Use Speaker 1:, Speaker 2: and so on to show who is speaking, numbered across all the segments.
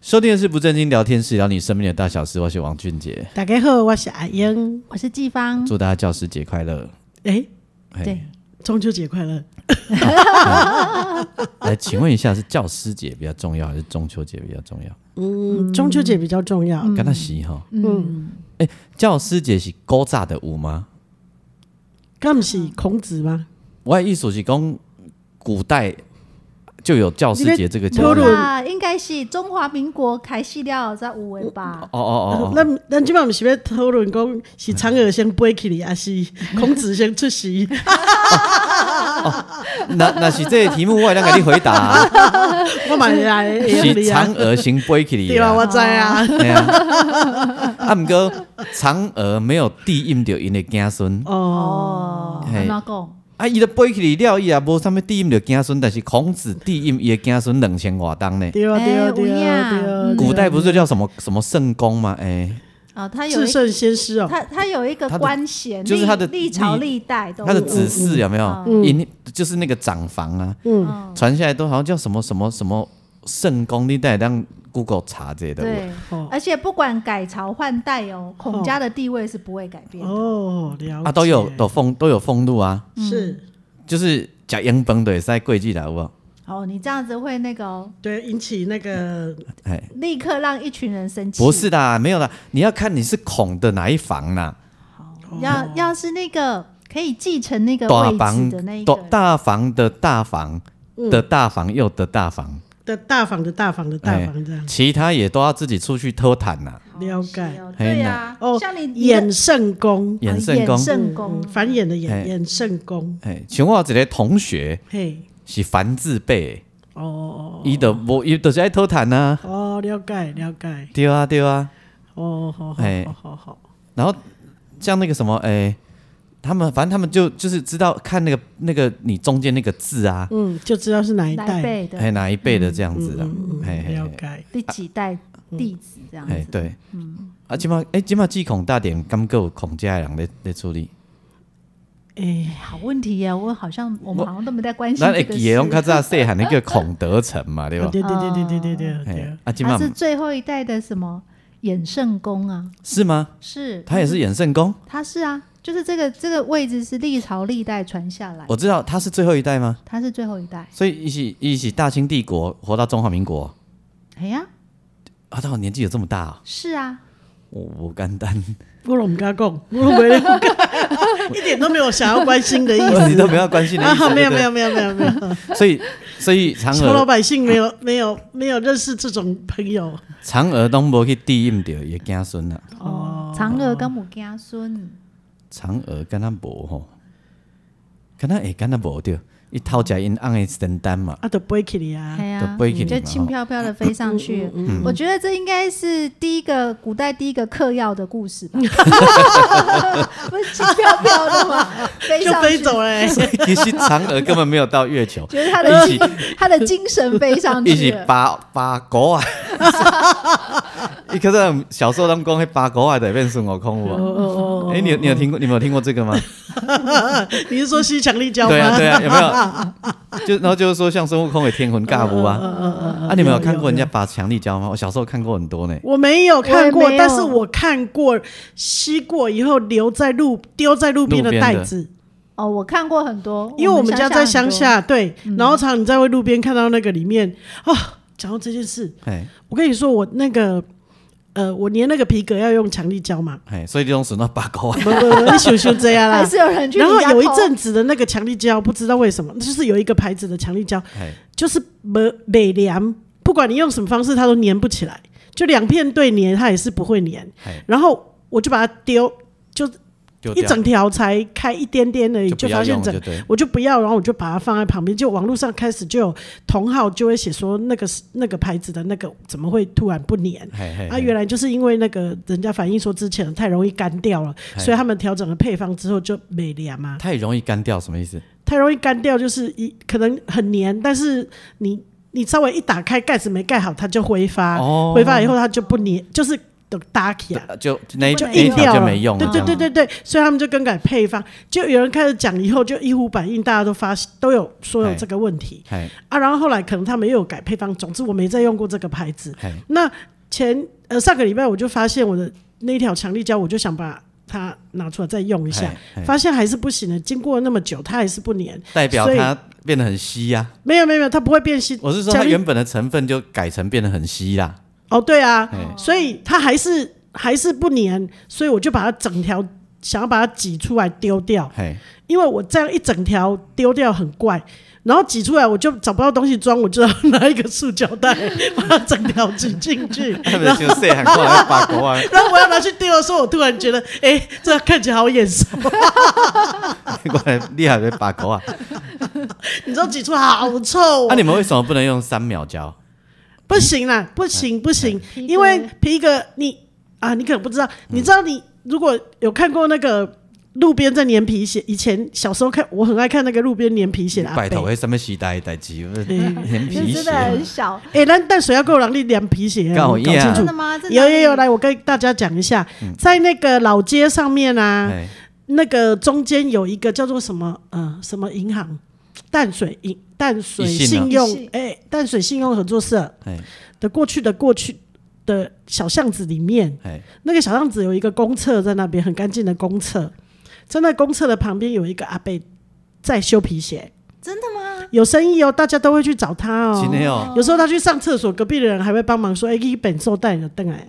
Speaker 1: 收听的是不正经聊天室，聊你生命的大小事。我是王俊杰，
Speaker 2: 大家好，我是阿英。
Speaker 3: 我是季芳，
Speaker 1: 祝大家教师节快乐！
Speaker 2: 哎、
Speaker 1: 嘿
Speaker 3: 对，
Speaker 2: 中秋节快乐！啊
Speaker 1: 来，请问一下，是教师节比较重要，还是中秋节比较重要？
Speaker 2: 嗯，中秋节比较重要。
Speaker 1: 跟他洗哈，
Speaker 3: 嗯，
Speaker 1: 教师节是高炸的舞吗？
Speaker 2: 刚不是孔子吗？
Speaker 1: 我的意思是讲，古代就有教师节这个节
Speaker 2: 你在讨
Speaker 1: 日。
Speaker 2: 论
Speaker 1: 哦
Speaker 3: 那啊应该是中华民国开始了在五位吧？
Speaker 1: 哦哦哦，
Speaker 2: 咱咱即摆毋是要讨论讲是嫦娥先飞起哩，还是孔子先出世？
Speaker 1: 那那是这个题目，我来给你回答 啊、
Speaker 2: 我嘛会来
Speaker 1: 是
Speaker 2: 会你啊
Speaker 1: 嫦，娥行飞起
Speaker 2: 对
Speaker 1: 的
Speaker 2: 啊，
Speaker 1: 啊。
Speaker 2: 我知啊。
Speaker 1: 哎呀，啊，毋过嫦娥没有地应着因的子孙，
Speaker 2: 哦，
Speaker 3: 哦，
Speaker 1: 嘿
Speaker 3: 安怎讲？
Speaker 1: 啊，伊都飞起了伊也无啥物地应着子孙，但是孔子地应伊的子孙两千外当呢。
Speaker 2: 对啊，对啊，
Speaker 3: 哎有
Speaker 2: 对啊，
Speaker 3: 影
Speaker 2: 对啊。
Speaker 1: 古代不是叫什么什么圣公吗？哎，
Speaker 3: 哦，他有
Speaker 2: 至
Speaker 3: 一
Speaker 2: 圣先师哦，
Speaker 3: 他他有一个
Speaker 1: 他的
Speaker 3: 官衔，
Speaker 1: 就是
Speaker 3: 历
Speaker 1: 他的
Speaker 3: 历朝
Speaker 1: 历
Speaker 3: 历代都
Speaker 1: 他的
Speaker 3: 有
Speaker 1: 子嗣有没有？因就是那个长房啊，
Speaker 3: 嗯，
Speaker 1: 传下来都好像叫什么什么什么圣公，你得让 Google 查这个的。
Speaker 3: 对
Speaker 2: 哦，
Speaker 3: 而且不管改朝换代哦，孔家的地位是不会改变的。
Speaker 2: 哦，了解
Speaker 1: 啊，都有都封都有封路啊，
Speaker 2: 是，
Speaker 1: 就是假英本对塞贵记来有无？
Speaker 3: 哦，你这样子会那个哦
Speaker 2: 对，引起那个
Speaker 1: 哎，
Speaker 3: 立刻让一群人生气。
Speaker 1: 不是的，没有啦，你要看你是孔的哪一房啦、
Speaker 3: 要要是那个可以继承那个
Speaker 1: 哦大
Speaker 3: 位置
Speaker 1: 房
Speaker 3: 的那一
Speaker 1: 大
Speaker 3: 个人，
Speaker 1: 大房的大房
Speaker 2: 嗯
Speaker 1: 的大房又的大房，
Speaker 2: 的大房的大房的大房这样，
Speaker 1: 其他也都要自己出去偷谈呐、
Speaker 2: 了解。
Speaker 3: 哦
Speaker 1: 嘿
Speaker 3: 对呀、
Speaker 2: 哦
Speaker 3: 像你你的
Speaker 2: 演圣公，
Speaker 1: 衍
Speaker 3: 哦
Speaker 1: 圣
Speaker 3: 衍
Speaker 1: 公，
Speaker 3: 圣
Speaker 2: 嗯
Speaker 3: 公，
Speaker 2: 繁衍的衍，
Speaker 1: 哎
Speaker 2: 衍圣公，
Speaker 1: 哎，像我一个同学
Speaker 2: 嘿，
Speaker 1: 是樊字辈，
Speaker 2: 哦
Speaker 1: 伊都无伊都是爱偷谈呐、啊，
Speaker 2: 哦，了解了解，
Speaker 1: 对啊对啊，
Speaker 2: 哦，好好
Speaker 1: 哎
Speaker 2: 好好好，
Speaker 1: 然后像那个什么哎。他们反正他们就就是知道看那个那个你中间那个字啊，
Speaker 2: 嗯，就知道是哪一
Speaker 3: 来
Speaker 2: 代，
Speaker 3: 辈的
Speaker 1: 哎哪一辈的这样子的，嘿嘿
Speaker 2: 嗯了
Speaker 1: 嘿。
Speaker 2: 解，
Speaker 3: 第几代弟子这样
Speaker 1: 哎，
Speaker 3: 子。
Speaker 1: 对，
Speaker 2: 嗯
Speaker 1: 啊，即马哎，即马记孔大典，敢够孔家的人咧咧 处理，
Speaker 2: 哎，
Speaker 3: 好问题呀、我好像我们好像都没在关心
Speaker 1: 咱
Speaker 3: 这
Speaker 1: 会
Speaker 3: 个
Speaker 1: 记得拢较
Speaker 3: 事。
Speaker 1: 早细汉那个孔德成嘛，对
Speaker 2: 对
Speaker 1: 吧？
Speaker 2: 哦对对对对对对
Speaker 1: 哎
Speaker 2: 对，，
Speaker 1: 啊，即
Speaker 3: 他
Speaker 1: 马
Speaker 3: 是最后一代的什么衍圣公啊？
Speaker 1: 是吗？
Speaker 3: 是，
Speaker 1: 他也是衍圣
Speaker 2: 嗯
Speaker 1: 公，
Speaker 3: 他是啊，就是这个这个位置是历朝历代传下来的，
Speaker 1: 我知道他是最后一代吗？
Speaker 3: 他是最后一代。
Speaker 1: 所以一起一起大清帝国活到中华民国
Speaker 3: 哎呀，
Speaker 1: 啊，他年纪有这么大啊，
Speaker 3: 是啊，
Speaker 1: 我我 肝胆，
Speaker 2: 我拢唔敢讲，我拢没有讲， 一点都没有想要关心的意
Speaker 1: 哦你
Speaker 2: 思
Speaker 1: 都。不要关心的意思
Speaker 2: 啊，没有没
Speaker 1: 对
Speaker 2: 有没有没有 没有，
Speaker 1: 不对，所以所以 嫦
Speaker 2: 小老
Speaker 1: 娥
Speaker 2: 百姓没有没有没有认识这种朋友，
Speaker 1: 嫦娥都无去地应着伊子孙啦，
Speaker 3: 哦，嫦娥跟母家孙，
Speaker 1: 嫦娥敢若无吼，敢若会敢若无着，伊偷食因翁的仙丹嘛，
Speaker 2: 啊，都不会去你哦啊
Speaker 3: 哎，呀
Speaker 1: 就，飞起
Speaker 3: 就
Speaker 1: 来
Speaker 3: 轻
Speaker 1: 嘛吼。
Speaker 3: 飘飘的飞上去。
Speaker 2: 嗯
Speaker 3: 我觉得这应该是第一个古代第一个嗑药的故事 吧，不是轻飘飘的吗？飞
Speaker 2: 就
Speaker 3: 上
Speaker 2: 飞
Speaker 3: 去，，
Speaker 2: 走嘞。
Speaker 1: 其实嫦娥根本没有到月球
Speaker 3: 觉得他
Speaker 1: 一
Speaker 3: 的
Speaker 1: 起
Speaker 3: 他的精神飞上
Speaker 1: 一
Speaker 3: 去
Speaker 1: 起
Speaker 3: 了。
Speaker 1: 八八国啊！ 一可是小时候他们讲那八国啊，得变孙悟空
Speaker 2: 哦
Speaker 1: 我。
Speaker 2: 哦哦，
Speaker 1: 哎，你有你有听过你们有听过这 个吗？
Speaker 2: 你是说吸强力胶吗？
Speaker 1: 对啊对啊，有没有？就然后就是说像孙悟空的天魂尬舞
Speaker 2: 哦
Speaker 1: 啊，
Speaker 2: 嗯
Speaker 1: 啊，你们有看过人家拔强力胶吗？我小时候看过很多呢。
Speaker 2: 我没有看
Speaker 3: 我也
Speaker 2: 过，
Speaker 3: 没有
Speaker 2: 但是我看过吸过以后留在路丢在路边的袋子，
Speaker 3: 哦，我看过很多，
Speaker 2: 因为我
Speaker 3: 我
Speaker 2: 们家在乡，下，对，
Speaker 3: 嗯
Speaker 2: 然后常常你在会路边看到那个里面啊。讲到这件事，
Speaker 1: 哎
Speaker 2: 我跟你说，我那个呃，我粘那个皮革要用强力胶嘛，
Speaker 1: 哎，所以这种损到八国啊，
Speaker 2: 不 不不，你咻咻这样
Speaker 3: 还
Speaker 2: 啦。
Speaker 3: 是有人去
Speaker 2: 然
Speaker 3: 你
Speaker 2: 后
Speaker 3: 家
Speaker 2: 有一
Speaker 3: 偷
Speaker 2: 阵子的那个强力胶，不知道为什么，就是有一个牌子的强力胶，
Speaker 1: 哎，
Speaker 2: 就是没没凉，不管你用什么方式，它都粘不起来。就两片对粘，它也是不会粘
Speaker 1: 哎。
Speaker 2: 然后我就把它丢，就
Speaker 1: 丢
Speaker 2: 一
Speaker 1: 掉
Speaker 2: 整条才开一点点而已，
Speaker 1: 就不
Speaker 2: 发
Speaker 1: 要
Speaker 2: 现
Speaker 1: 用
Speaker 2: 整
Speaker 1: 了，啊就对。
Speaker 2: 我就不要，然后我就把它放在旁边。就网络上开始就有同号就会写说那个是那个牌子的那个怎么会突然不粘？
Speaker 1: 嘿嘿
Speaker 2: 啊，
Speaker 1: 嘿
Speaker 2: 原来就是因为那个人家反映说之前太容易干掉了，
Speaker 1: 嘿
Speaker 2: 所以他们调整了配方之后就没啊了嘛。
Speaker 1: 太容易干掉，什么意思？
Speaker 2: 太容易干掉就是一可能很黏，但是你你稍微一打开盖子没盖好，它就挥发，
Speaker 1: 哦
Speaker 2: 挥发以后它就不黏，就是都搭起来。
Speaker 1: 就那一
Speaker 2: 啊就
Speaker 1: 那一
Speaker 2: 硬掉
Speaker 1: 条就
Speaker 2: 了，
Speaker 1: 没用了，
Speaker 2: 对对对对对，所以他们就更改配方，就有人开始讲以后，就一呼百应，大家都发都有说有
Speaker 1: 嘿
Speaker 2: 这个问题
Speaker 1: 这样。嘿
Speaker 2: 啊。然后后来可能他们又有改配方，总之我没再用过这个牌子。
Speaker 1: 嘿，
Speaker 2: 那前呃上个礼拜我就发现我的那一条强力胶，我就想把它拿出来再用一下，
Speaker 1: 嘿嘿
Speaker 2: 发现还是不行的。经过了那么久，它还是不粘。
Speaker 1: 代表
Speaker 2: 所以
Speaker 1: 它变得很稀呀、
Speaker 2: 没有没有没有，它不会变稀。
Speaker 1: 我是说，
Speaker 2: 强
Speaker 1: 它
Speaker 2: 力
Speaker 1: 原本的成分就改成变得很稀啦。
Speaker 2: 哦，对啊，
Speaker 1: 嘿
Speaker 2: 所以它还是还是不粘，所以我就把它整条想要把它挤出来丢掉，
Speaker 1: 嘿，
Speaker 2: 因为我这样一整条丢掉很怪。然后挤出来我就找不到东西装，我就要拿一个塑胶袋把它整条挤进去。
Speaker 1: 特别就细汉过来把啊国外
Speaker 2: 然后我要拿去丢的时候，我突然觉得，哎、这看起来好眼熟。
Speaker 1: 过来厉害的把国啊。啊
Speaker 2: 你知道挤出来好臭、哦
Speaker 1: 那、你们为什么不能用三秒胶？
Speaker 2: 不行啦，
Speaker 1: 哎
Speaker 2: 不行不行，
Speaker 3: 皮革
Speaker 2: 因为皮革你啊，你可能不知
Speaker 1: 嗯
Speaker 2: 道，你知道你如果有看过那个路边在粘皮鞋，以前小时候看我很爱看那个路边粘皮鞋的阿
Speaker 1: 拜托，
Speaker 2: 伯。
Speaker 1: 为什么时代的代志？
Speaker 2: 嗯
Speaker 1: 连
Speaker 3: 就
Speaker 1: 皮
Speaker 3: 真的很
Speaker 1: 鞋，
Speaker 3: 小，
Speaker 2: 哎、咱淡水要够人力粘皮鞋，啊
Speaker 1: 搞
Speaker 2: 我搞
Speaker 1: 一样嗯
Speaker 2: 清
Speaker 3: 真
Speaker 2: 楚
Speaker 3: 的。吗？在哪里
Speaker 2: 嗯有有有，，来，我跟大家讲一下，在那个老街上面啊，
Speaker 1: 哎，
Speaker 2: 那个中间有一个叫做什么呃什么银行，淡水银淡水
Speaker 1: 一信啊
Speaker 2: 信用
Speaker 3: 一信
Speaker 2: 哎、淡水信用合作社
Speaker 1: 哎，
Speaker 2: 的过去的过去的小巷子里面，
Speaker 1: 哎，
Speaker 2: 那个小巷子有一个公厕在那边，很干净的公厕，在那公厕的旁边有一个阿伯在修皮鞋，
Speaker 3: 真的吗？
Speaker 2: 有生意哦，大家都会去找他哦。
Speaker 1: 今天哦，
Speaker 2: 有时候他去上厕所，隔壁的人还会帮忙说：“哎、一本寿带了邓来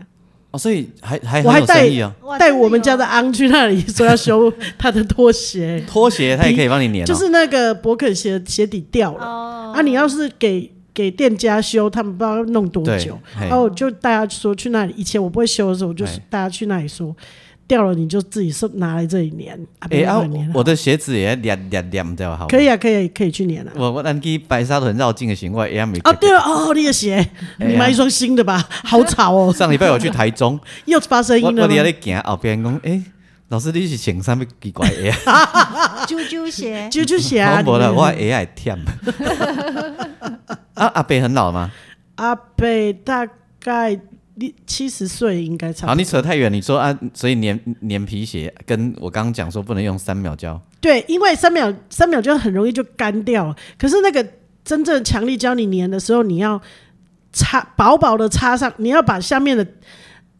Speaker 1: 哦，所以还还
Speaker 2: 我还
Speaker 1: 很有生意哦。
Speaker 3: 哇
Speaker 2: 啊带我们家的，
Speaker 3: 真
Speaker 2: 昂去那里说要修他的拖鞋，
Speaker 1: 拖鞋它也可以帮你粘、哦，
Speaker 2: 就是那个勃肯鞋的鞋底掉
Speaker 3: 有
Speaker 2: 了、
Speaker 3: 哦
Speaker 2: 啊！你要是给给店家修，他们不知道要弄多
Speaker 1: 对
Speaker 2: 久，，哦
Speaker 1: 嘿
Speaker 2: 然后我就大家说去那里，以前我不会修的时候，我就是
Speaker 1: 哎
Speaker 2: 大家去那里说掉了，你就自己是拿来这里粘啊，
Speaker 1: 哎、
Speaker 2: 别
Speaker 1: 啊，
Speaker 2: 乱
Speaker 1: 我
Speaker 2: 粘了。
Speaker 1: 我的鞋子也粘粘粘掉，好吗。
Speaker 2: 可以啊，可以，可以去粘啊。
Speaker 1: 我我咱去白沙屯绕境的行为也没
Speaker 2: 啊，对了，哦，那个鞋，
Speaker 1: 哎呀
Speaker 2: 你买一双新的吧，好吵 哦，
Speaker 1: 上礼拜我去台中，
Speaker 2: 又发声
Speaker 1: 我我
Speaker 2: 音了
Speaker 1: 伫
Speaker 2: 吗。
Speaker 1: 遐咧行，后边讲，诶、老师你是穿啥物奇怪鞋 啊？
Speaker 3: 啾啾鞋，
Speaker 2: 啾啾鞋啊
Speaker 1: 我，无啦，
Speaker 2: 你
Speaker 1: 我的鞋会忝。 啊，阿伯很老吗？
Speaker 2: 阿贝大概你七十岁应该差
Speaker 1: 好，
Speaker 2: 不
Speaker 1: 你
Speaker 2: 多。
Speaker 1: 扯太远，你说啊，所以粘粘皮鞋跟我刚刚讲说不能用三秒胶，
Speaker 2: 对，因为三秒三秒就很容易就干掉了，可是那个真正强力胶你粘的时候，你要擦薄薄的擦上，你要把下面的。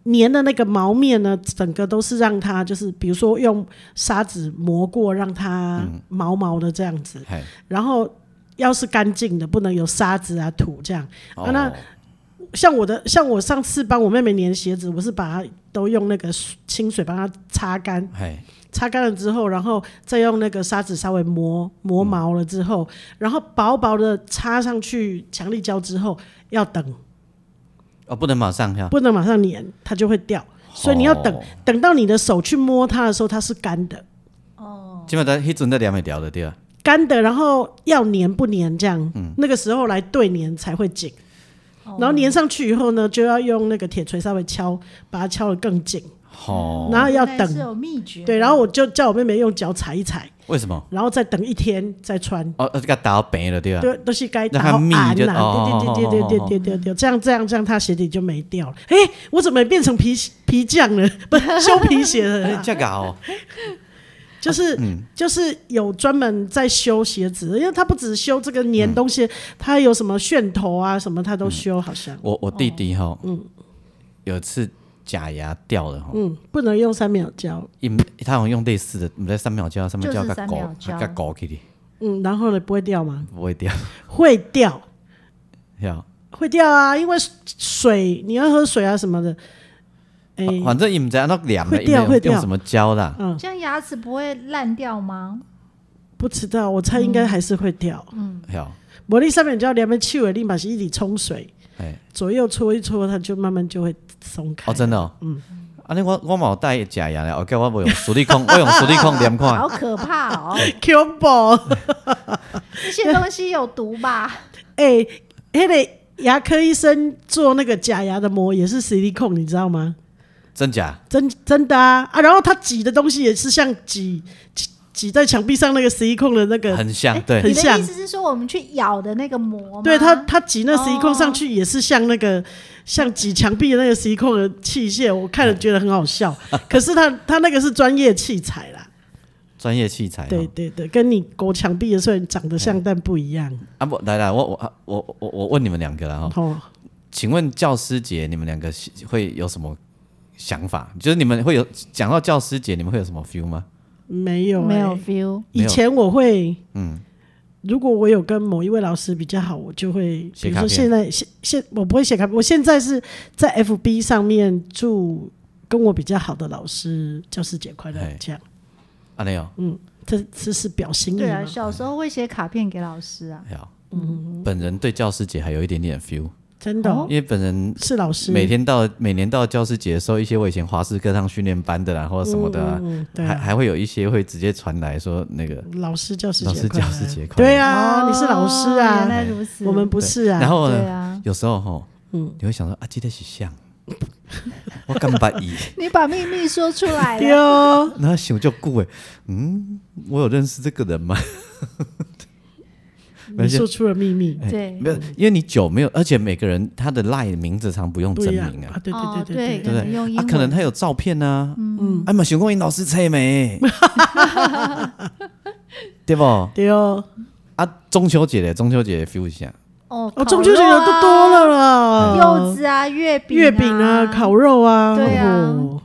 Speaker 2: 粘的那个毛面呢，整个都是让它就是，比如说用砂纸磨过，让它毛毛的这样子。
Speaker 1: 嘿，
Speaker 2: 然后要是干净的，不能有沙子啊、土这样。
Speaker 1: 哦，
Speaker 2: 啊那像我的，像我上次帮我妹妹粘鞋子，我是把它都用那个水清水帮它擦干，
Speaker 1: 嘿，
Speaker 2: 擦干了之后，然后再用那个砂纸稍微磨磨毛了之后，然后薄薄的擦上去强力胶之后，要等，
Speaker 1: 哦，不能马上哈，
Speaker 2: 不能马上粘，它就会掉。所以你要等，
Speaker 1: 哦
Speaker 2: 等到你的手去摸它的时候，它是干的，哦
Speaker 1: 起码在迄阵在两米条的对啊。
Speaker 2: 干的，然后要粘不粘这样，那个时候来对粘才会紧。
Speaker 3: 哦
Speaker 2: 然后粘上去以后呢，就要用那个铁锤稍微敲，把它敲得更紧，
Speaker 1: 吼、
Speaker 2: 然后要
Speaker 3: 原来是
Speaker 2: 等。
Speaker 3: 有秘诀的，
Speaker 2: 对，然后我就叫我妹妹用脚踩一踩，
Speaker 1: 为什么？
Speaker 2: 然后再等一天再穿，
Speaker 1: 哦，这个打平了对啊。
Speaker 2: 对，都是该
Speaker 1: 让
Speaker 2: 打
Speaker 1: 它密
Speaker 2: 安
Speaker 1: 就
Speaker 2: 啦，
Speaker 1: 哦
Speaker 2: 对对对
Speaker 1: 哦哦
Speaker 2: 对
Speaker 1: 哦哦
Speaker 2: 对对对对，这样这样这样，她鞋底就没掉了。哎，我怎么也变成皮皮匠了？ 不，修皮鞋
Speaker 1: 哎、
Speaker 2: 了，
Speaker 1: 这个哦，
Speaker 2: 就是
Speaker 1: 嗯
Speaker 2: 就是有专门在修鞋子，因为他不只修这个粘东西，他有什么楦头啊什么他都修，好像
Speaker 1: 我我弟弟哈、嗯，有一次假牙掉了哈、
Speaker 2: 嗯，不能用三秒胶，
Speaker 1: 因他好像用类似的，唔知三秒胶，三秒胶
Speaker 3: 就是
Speaker 1: 甲
Speaker 3: 三
Speaker 1: 搞
Speaker 3: 秒胶
Speaker 1: 甲搞起哩，
Speaker 2: 嗯，然后呢不会掉吗？
Speaker 1: 不会掉，
Speaker 2: 会掉，
Speaker 1: 呀，
Speaker 2: 会掉啊，因为水你要喝水啊什么的，哎、
Speaker 1: 反反正伊唔知安怎粘
Speaker 2: 会
Speaker 1: 的，
Speaker 2: 掉
Speaker 1: 因为
Speaker 2: 会
Speaker 1: 用
Speaker 2: 掉
Speaker 1: 用什么胶啦？
Speaker 2: 嗯，
Speaker 3: 这样牙齿不会烂掉吗？
Speaker 2: 不知道，我猜应该还是会掉。
Speaker 1: 呀，
Speaker 2: 魔力上面只要两边气味立马是一直冲水，
Speaker 1: 哎，
Speaker 2: 左右搓一搓，它就慢慢就会松开。
Speaker 1: 哦，真的哦，嗯，安尼我我嘛有带假牙咧，后盖我无用实力控，我 用实力控点看
Speaker 3: 好，可怕哦！
Speaker 2: Q 宝，
Speaker 3: 这些东西有毒吧？
Speaker 2: 哎，那个牙科医生做那个假牙的膜也是 CD 控，你知道吗？
Speaker 1: 真假？
Speaker 2: 真真的啊啊！然后他挤的东西也是像挤挤挤在墙壁上那个 CD 控的那个，
Speaker 1: 很 像，
Speaker 2: 很
Speaker 1: 对，
Speaker 3: 你的
Speaker 2: 像
Speaker 3: 意思是说我们去咬的那个膜吗？
Speaker 2: 对他他挤那 CD 控
Speaker 3: 哦
Speaker 2: 上去也是像那个、像挤墙壁的那个 CD 控的器械，我看了觉得很好笑。可是他他那个是专业器材啦，
Speaker 1: 专业器材哦。
Speaker 2: 对对对，跟你狗墙壁的虽然长得
Speaker 1: 嗯
Speaker 2: 像，但不一样。
Speaker 1: 啊不，来来，我我我我我问你们两个了哈，
Speaker 2: 哦，
Speaker 1: 请问教师节你们两个喜会有什么想法？就是你们会有讲到教师节，你们会有什么 feel 吗？
Speaker 2: 没有、
Speaker 3: 没有
Speaker 2: 欸
Speaker 3: feel，
Speaker 2: 以前我会，
Speaker 1: 嗯，
Speaker 2: 如果我有跟某一位老师比较好，我就会，比
Speaker 1: 写
Speaker 2: 如
Speaker 1: 卡
Speaker 2: 说
Speaker 1: 片
Speaker 2: 现在现现我不会写卡片，我现在是在 FB 上面祝跟我比较好的老师教师节快乐
Speaker 1: 嘿，
Speaker 2: 这样，
Speaker 1: 啊没有，
Speaker 2: 嗯这这是表心意
Speaker 3: 对啊，
Speaker 2: 嘛？
Speaker 3: 小时候会写卡片给老师啊。
Speaker 1: 还有，哎
Speaker 2: 嗯
Speaker 1: 本人对教师节还有一点点 feel，
Speaker 2: 真的哦、
Speaker 3: 哦
Speaker 1: 因为本人
Speaker 2: 是老师
Speaker 1: 每天到每年到教师节的时候，一些我以前华师课上训练班的啦，或者什么的啊，
Speaker 2: 嗯，对
Speaker 1: 还
Speaker 2: 啊、
Speaker 1: 还会有一些会直接传来说那个，
Speaker 2: 老师教师
Speaker 1: 老
Speaker 2: 节
Speaker 1: 师
Speaker 2: 快乐，
Speaker 1: 教师节快乐
Speaker 2: 对啊，你是老师
Speaker 3: 哦原
Speaker 2: 啊，
Speaker 3: 来如此。
Speaker 2: 我们不是啊，嗯
Speaker 1: 然后
Speaker 3: 对
Speaker 1: 呢，
Speaker 3: 啊，
Speaker 1: 有时候哈，你会想说啊，今天是像， 我干把伊，
Speaker 3: 你把秘密说出来
Speaker 2: 对
Speaker 3: 了，
Speaker 2: 哦，
Speaker 1: 然后想就顾哎，嗯，我有认识这个人吗？
Speaker 2: 你说出了秘密，
Speaker 3: 对
Speaker 1: 没有，因为你久没有，而且每个人他的赖名字常不用
Speaker 2: 不
Speaker 1: 真
Speaker 2: 一样
Speaker 1: 名啊
Speaker 2: 啊，，对
Speaker 3: 哦
Speaker 2: 对对对
Speaker 3: 对
Speaker 1: 对不
Speaker 3: 可能用英
Speaker 1: 对？啊，
Speaker 3: 文
Speaker 1: 可能他有照片呢，嗯，哎嘛，想讲因老师册没，对不？
Speaker 2: 对哦。
Speaker 1: 啊，中秋节嘞，中秋节 feel 一下，
Speaker 3: 哦
Speaker 2: 哦，中秋节的都多了啦，
Speaker 3: 柚、子啊，月饼、
Speaker 2: 月饼啊、烤肉啊，
Speaker 3: 对啊
Speaker 2: 哦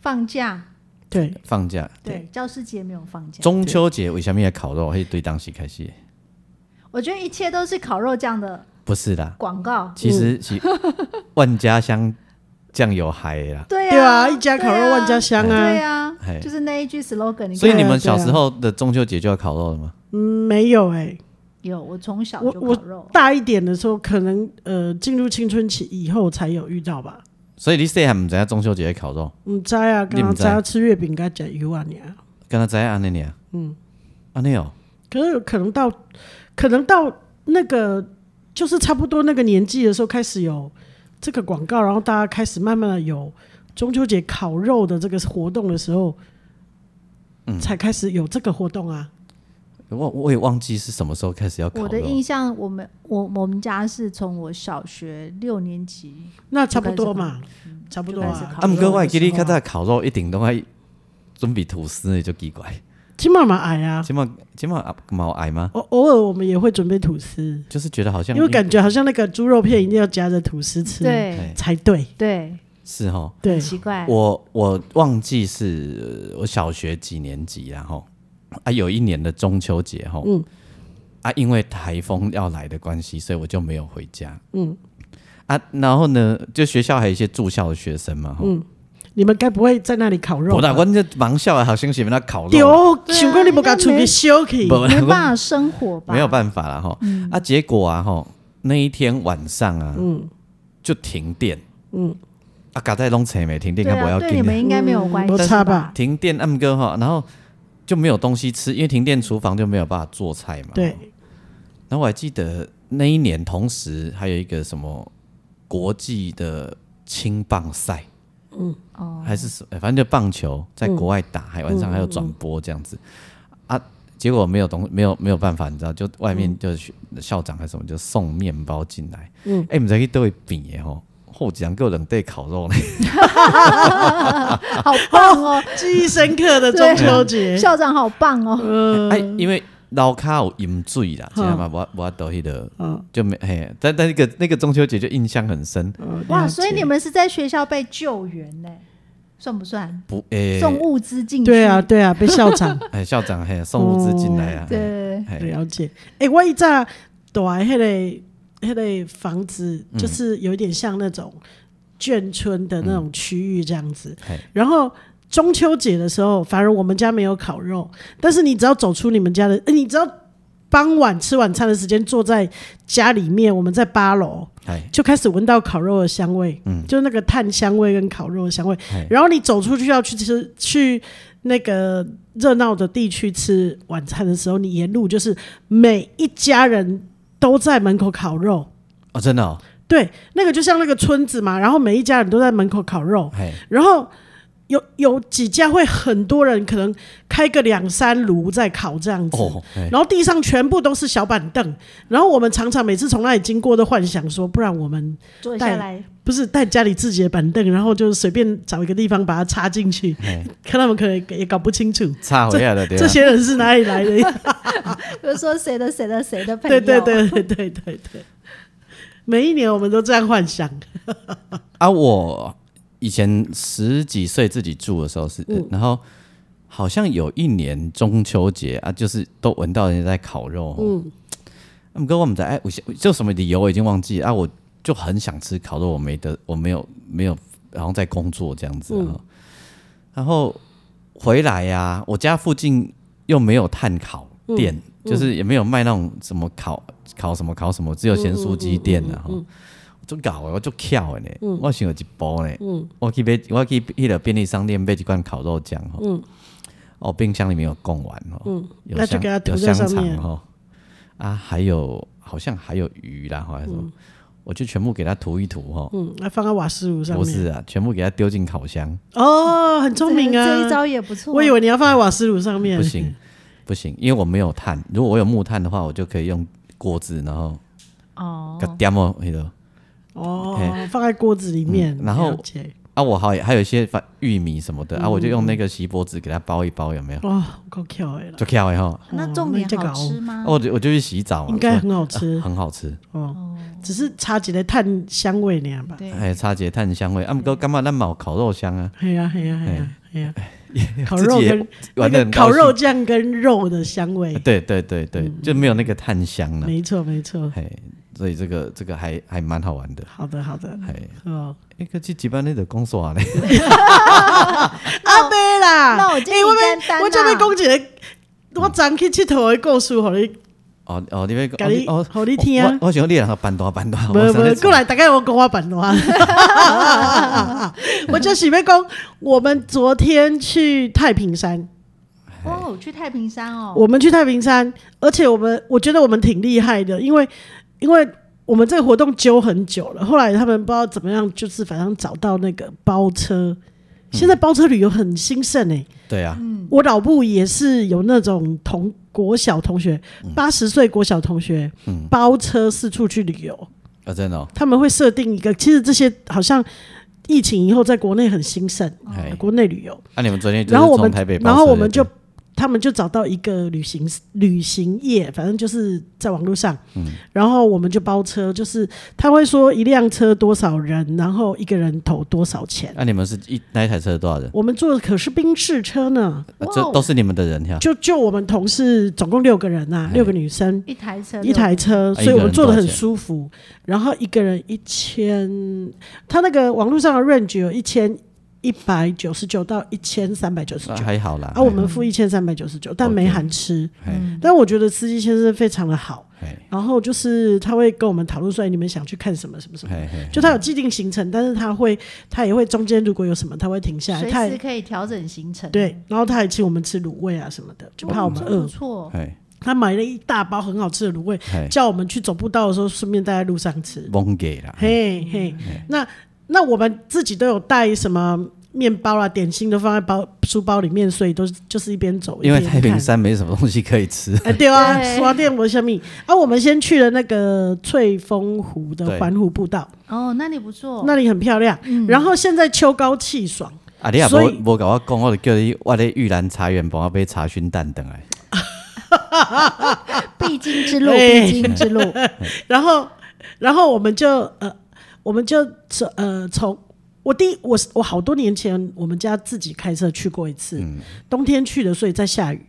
Speaker 3: 放假，
Speaker 2: 对，
Speaker 1: 放假。
Speaker 3: 对，教师节没有放假。
Speaker 1: 中秋节为什么要烤肉？迄对当时开始的，
Speaker 3: 我觉得一切都是烤肉酱的
Speaker 1: 不是啦，
Speaker 3: 广告。
Speaker 1: 其实是万家香酱油海的啦。
Speaker 3: 对啊，
Speaker 2: 对啊，一家烤
Speaker 3: 对
Speaker 2: 肉
Speaker 3: 啊
Speaker 2: 万家香
Speaker 3: 对
Speaker 2: 啊，
Speaker 3: 啊
Speaker 1: 嘿，
Speaker 3: 就是那一句 slogan。你
Speaker 1: 所以
Speaker 3: 看
Speaker 1: 你
Speaker 2: 对
Speaker 1: 们
Speaker 2: 啊
Speaker 1: 小时候的中秋节就要烤肉了吗？
Speaker 2: 嗯，没有哎，
Speaker 3: 有，我从小
Speaker 2: 我
Speaker 3: 就
Speaker 2: 我
Speaker 3: 烤肉。
Speaker 2: 大一点的时候，可能呃进入青春期以后才有遇到吧。
Speaker 1: 所以你细汉唔知道中秋节烤肉，
Speaker 2: 唔知啊，刚
Speaker 1: 你不
Speaker 2: 刚
Speaker 1: 知
Speaker 2: 知道吃月饼，该讲一万年。
Speaker 1: 跟他知安尼尔，嗯，安尼哦，
Speaker 2: 可是可能到，可能到那个就是差不多那个年纪的时候，开始有这个广告，然后大家开始慢慢的有中秋节烤肉的这个活动的时候，
Speaker 3: 嗯
Speaker 2: 才开始有这个活动啊。
Speaker 1: 我我也忘记是什么时候开始要烤
Speaker 3: 我的
Speaker 1: 肉
Speaker 3: 印，象，我们我我们家是从我小学六年级，
Speaker 2: 那差不多嘛，差不多
Speaker 3: 就开
Speaker 2: 啊
Speaker 3: 始。烤
Speaker 1: 啊，毋过我会记你
Speaker 2: 看
Speaker 1: 较
Speaker 2: 到
Speaker 1: 早烤肉一定都爱准备吐司的，就奇怪。
Speaker 2: 金妈妈矮啊，
Speaker 1: 今嘛今嘛冇爱吗？
Speaker 2: 偶偶尔我们也会准备吐司，
Speaker 1: 就是觉得好像
Speaker 2: 因为感觉好像那个猪肉片一定要夹着吐司吃，
Speaker 3: 对
Speaker 1: 对
Speaker 2: 才对。
Speaker 3: 对，
Speaker 1: 是哦，
Speaker 2: 对
Speaker 3: 很，奇怪。
Speaker 1: 我我忘记是呃我小学几年级然后啊，有一年的中秋节哈，嗯，啊，因为台风要来的关系，所以我就没有回家，嗯，啊，然后呢，就学校还有一些住校的学生嘛，嗯，
Speaker 2: 你们该不会在那里烤肉
Speaker 1: 我啦，
Speaker 2: 吧？
Speaker 1: 我这忙笑啊，好像是那烤肉，
Speaker 2: 丢，想过你不敢出去休息？
Speaker 1: 不
Speaker 3: 没办法生活吧？嗯
Speaker 1: 没有办法了哈，啊，结果啊哈，那一天晚上啊，嗯，就停电，嗯，啊，嘎在弄车没停电，
Speaker 3: 对
Speaker 1: 该不
Speaker 3: 啊，
Speaker 1: 要
Speaker 3: 对你
Speaker 1: 紧
Speaker 3: 们应该没有关
Speaker 2: 嗯
Speaker 3: 系
Speaker 2: 不差吧？
Speaker 1: 停电啊按哥哈，然后就没有东西吃，因为停电厨房就没有办法做菜嘛。
Speaker 2: 对，
Speaker 1: 然后我还记得那一年，同时还有一个什么国际的青棒赛，
Speaker 3: 哦，
Speaker 1: 还是什么，反正就棒球在国外打，还晚上还有转播这样子、啊。结果没有东，没有没有办法，你知道，就外面就学校长还是什么，就送面包进来。嗯，哎、我们在去都会比耶吼，后几给我冷对烤肉呢。
Speaker 3: 好 棒哦，
Speaker 2: 记忆深刻的中秋节，
Speaker 3: 校长好棒
Speaker 2: 嗯
Speaker 3: 哦，
Speaker 1: 哎，因为老卡有饮醉啦，知道吗？我我到迄个就没嘿，但但那个那个中秋节就印象很深，
Speaker 3: 哇！所以你们是在学校被救援呢，算不算？
Speaker 1: 不诶，
Speaker 3: 送物资进去？
Speaker 2: 对啊，，对啊，被校 长
Speaker 1: 哎校长嘿送物资进来啊，
Speaker 3: 哦对，
Speaker 1: 嘿，嘿
Speaker 2: 了解。哎，我一在住迄个迄个房子，就是有点像那种眷村的那种区域这样子
Speaker 1: 嘿。
Speaker 2: 然后中秋节的时候，反而我们家没有烤肉，但是你只要走出你们家的，哎你只要傍晚吃晚餐的时间坐在家里面，我们在八楼
Speaker 1: 哎
Speaker 2: 就开始闻到烤肉的香味，
Speaker 1: 嗯
Speaker 2: 就那个炭香味跟烤肉的香味
Speaker 1: 哎。
Speaker 2: 然后你走出去要去吃去那个热闹的地区吃晚餐的时候，你沿路就是每一家人都在门口烤肉。
Speaker 1: 哦，真的哦，
Speaker 2: 对，那个就像那个村子嘛，然后每一家人都在门口烤肉，
Speaker 1: 哎
Speaker 2: 然后有有几家会很多人，可能开个两三炉在烤这样子。
Speaker 1: 哦，哎
Speaker 2: 然后地上全部都是小板凳，然后我们常常每次从那里经过都幻想说，不然我们
Speaker 3: 坐
Speaker 2: 带
Speaker 3: 下来，
Speaker 2: 不是带家里自己的板凳，然后就随便找一个地方把它插进去，
Speaker 1: 哎，
Speaker 2: 看他们可能也搞不清楚
Speaker 1: 差回来了对吧啊
Speaker 2: 这？些人是哪里来 的。
Speaker 3: 比如说谁的谁的谁的朋友，
Speaker 2: 对对对对对对对，每一年我们都这样幻想。
Speaker 1: 啊，我以前十几岁自己住的时候是，呃然后好像有一年中秋节啊，就是都闻到人家在烤肉，嗯，那么哥我们在哎，我想就什么理由我已经忘记了啊，我就很想吃烤肉，我没得，我没有没有，然后在工作这样子啊，
Speaker 2: 嗯
Speaker 1: 然后回来呀、我家附近又没有炭烤店，
Speaker 2: 嗯
Speaker 1: 就是也没有卖那种什么烤烤什么烤什么，只有咸酥鸡店的、啊、
Speaker 2: 嗯
Speaker 1: 哈。就搞的，我就巧的呢，我想有一包呢，
Speaker 2: 嗯
Speaker 1: 我去买，我去迄个便利商店买一罐烤肉酱吼，哦，冰箱里面有贡丸哦，
Speaker 2: 嗯
Speaker 1: 有
Speaker 2: 那就
Speaker 1: 香
Speaker 2: 给它涂
Speaker 1: 有
Speaker 2: 在
Speaker 1: 香
Speaker 2: 上面
Speaker 1: 肠哦，啊，还有好像还有鱼啦，还是什么，我就全部给它涂一涂哦，
Speaker 2: 嗯，来放在瓦斯炉上
Speaker 1: 不
Speaker 2: 面。
Speaker 1: 是啊，全部给它丢进烤箱，
Speaker 2: 哦，很聪明
Speaker 3: 这这一
Speaker 2: 啊！
Speaker 3: 招也不错。
Speaker 2: 我以为你要放在瓦斯炉上面，
Speaker 1: 不行不行，因为我没有炭，如果我有木炭的话，我就可以用锅子，然后
Speaker 3: 哦
Speaker 1: 给，它点哦，那个。
Speaker 2: 哦
Speaker 1: 嘿，
Speaker 2: 放在锅子里面。
Speaker 1: 哎嗯然后
Speaker 2: 了解
Speaker 1: 啊，我还有还有一些反玉米什么
Speaker 2: 嗯
Speaker 1: 的、啊，我就用那个锡箔纸给它包一包，有没有？
Speaker 2: 哦，够巧哎了，
Speaker 1: 就跳的吼，
Speaker 3: 那重点
Speaker 2: 那这个
Speaker 3: 好吃吗
Speaker 1: 啊？我就我就去洗澡
Speaker 2: 嗯
Speaker 1: 嘛，
Speaker 2: 应该很好吃
Speaker 1: 啊 很好吃，
Speaker 2: 哦，只是差几个炭香味那样吧。
Speaker 3: 对，
Speaker 1: 还有哎差些炭香味。啊，不过干嘛咱冇烤肉 香啊？
Speaker 2: 嘿呀嘿呀嘿呀
Speaker 1: 哎
Speaker 2: 嘿呀，烤
Speaker 1: 自己
Speaker 2: 肉
Speaker 1: 也
Speaker 2: 跟那
Speaker 1: 玩得
Speaker 2: 个
Speaker 1: 很高
Speaker 2: 烤
Speaker 1: 兴啊
Speaker 2: 肉酱跟肉的香味，
Speaker 1: 对对对对，就没有那个炭香了。
Speaker 2: 没错没错。
Speaker 1: 嘿，所以这个这个还还蛮好玩的。
Speaker 2: 好的好的，
Speaker 1: 嘿，
Speaker 2: 哦，
Speaker 1: 一个去几班那个公啊 耍嘞，
Speaker 2: 阿妹啦，
Speaker 3: 那我建议
Speaker 2: 欸我
Speaker 3: 干
Speaker 2: 要
Speaker 3: 单啊啦
Speaker 2: 我这边讲一个，我昨去佚佗的故事，互你
Speaker 1: 哦哦，你别讲
Speaker 2: 给你
Speaker 1: 哦，
Speaker 2: 给你听啊
Speaker 1: 我我想你两 办大办大，
Speaker 2: 无
Speaker 1: 我上
Speaker 2: 无
Speaker 1: 次，
Speaker 2: 过来，大概我讲我办话。啊 我就是要讲，我们昨天去太平山，
Speaker 3: 哦，去太平山哦，
Speaker 2: 我们去太平山，而且我们我觉得我们挺厉害的，因为因为我们这个活动揪很久了，后来他们不知道怎么样，就是反正找到那个包车。现在包车旅游很兴盛哎、
Speaker 1: 对啊，
Speaker 3: 嗯
Speaker 2: 我老部也是有那种同国小同学，八十岁国小同学包车四处去旅游，
Speaker 1: 啊真的哦，
Speaker 2: 他们会设定一个，其实这些好像疫情以后在国内很兴盛，
Speaker 1: 嘿，
Speaker 2: 国内旅游，
Speaker 1: 啊你们昨天就是
Speaker 2: 然后我
Speaker 1: 从
Speaker 2: 们
Speaker 1: 台北，包
Speaker 2: 然后
Speaker 1: 车
Speaker 2: 我们
Speaker 1: 对
Speaker 2: 就
Speaker 1: 不对
Speaker 2: 他们就找到一个旅行旅行业，反正就是在网络上，
Speaker 1: 嗯
Speaker 2: 然后我们就包车，就是他会说一辆车多少人，然后一个人投多少钱。
Speaker 1: 啊你们是一那一台车多少人？
Speaker 2: 我们坐的可是宾士车呢，
Speaker 1: 啊
Speaker 3: 哇
Speaker 1: 这
Speaker 3: 哦
Speaker 1: 都是你们的人呀，
Speaker 2: 就就我们同事总共六个人呐、
Speaker 1: 嘿
Speaker 2: 六个女生，
Speaker 3: 一台车，
Speaker 2: 一台车，
Speaker 1: 哎
Speaker 2: 所
Speaker 1: 啊
Speaker 2: 以我
Speaker 1: 一
Speaker 2: 们
Speaker 1: 个人
Speaker 2: 坐的很
Speaker 1: 多少钱
Speaker 2: 舒服。然后一个人一千，他那个网络上的 range 有一千一百九十九到一千三百九十
Speaker 1: 啊
Speaker 2: 九，
Speaker 1: 还好啦。
Speaker 2: 啊，我们付一千三百九十九，但没
Speaker 1: 嗯 OK 嗯
Speaker 2: 含吃。
Speaker 1: 嘿
Speaker 2: 但我觉得司机先生非常的好，
Speaker 1: 嘿
Speaker 3: 嗯
Speaker 2: 然后就是他会跟我们讨论说哎你们想去看什么什么什么，
Speaker 1: 嘿嘿，
Speaker 2: 就他有既定行程，但是他会他也会中间如果有什么他会停下来，
Speaker 3: 随
Speaker 2: 他
Speaker 3: 时
Speaker 2: 也
Speaker 3: 可以调整行程，
Speaker 2: 对，然后他还请我们吃卤味啊什么的，就
Speaker 3: 哦，
Speaker 2: 怕我们
Speaker 3: 这
Speaker 2: 饿
Speaker 3: 不。错，
Speaker 1: 嘿
Speaker 2: 他买了一大包很好吃的卤味，
Speaker 1: 嘿。
Speaker 2: 叫我们去走步道的时候顺便带在路上吃。
Speaker 1: 蒙给啦，
Speaker 2: 嘿嘿，
Speaker 1: 嗯
Speaker 2: 那那我们自己都有带什么面包啦、点心都放在包书包里面，所以都是就是一边走一
Speaker 1: 因
Speaker 2: 边
Speaker 1: 为
Speaker 2: 看。
Speaker 1: 太平山没什么东西可以吃。
Speaker 2: 哎， 对啊，
Speaker 3: 对
Speaker 2: 刷电我下面啊，我们先去了那个翠峰湖的
Speaker 1: 对
Speaker 2: 环湖步道，
Speaker 3: 哦，嗯那你不错，
Speaker 2: 那里很漂亮。然后现在秋高气爽，
Speaker 1: 啊，你也
Speaker 2: 所以
Speaker 1: 无无甲我讲，我就叫你我咧玉兰茶园帮我买茶熏蛋等来。
Speaker 3: 必经之 路，
Speaker 2: 哎
Speaker 3: 必经之路，
Speaker 2: 然后然后我们就呃，我们就呃从。我第一我我好多年前我们家自己开车去过一次，冬天去的，所以在下雨，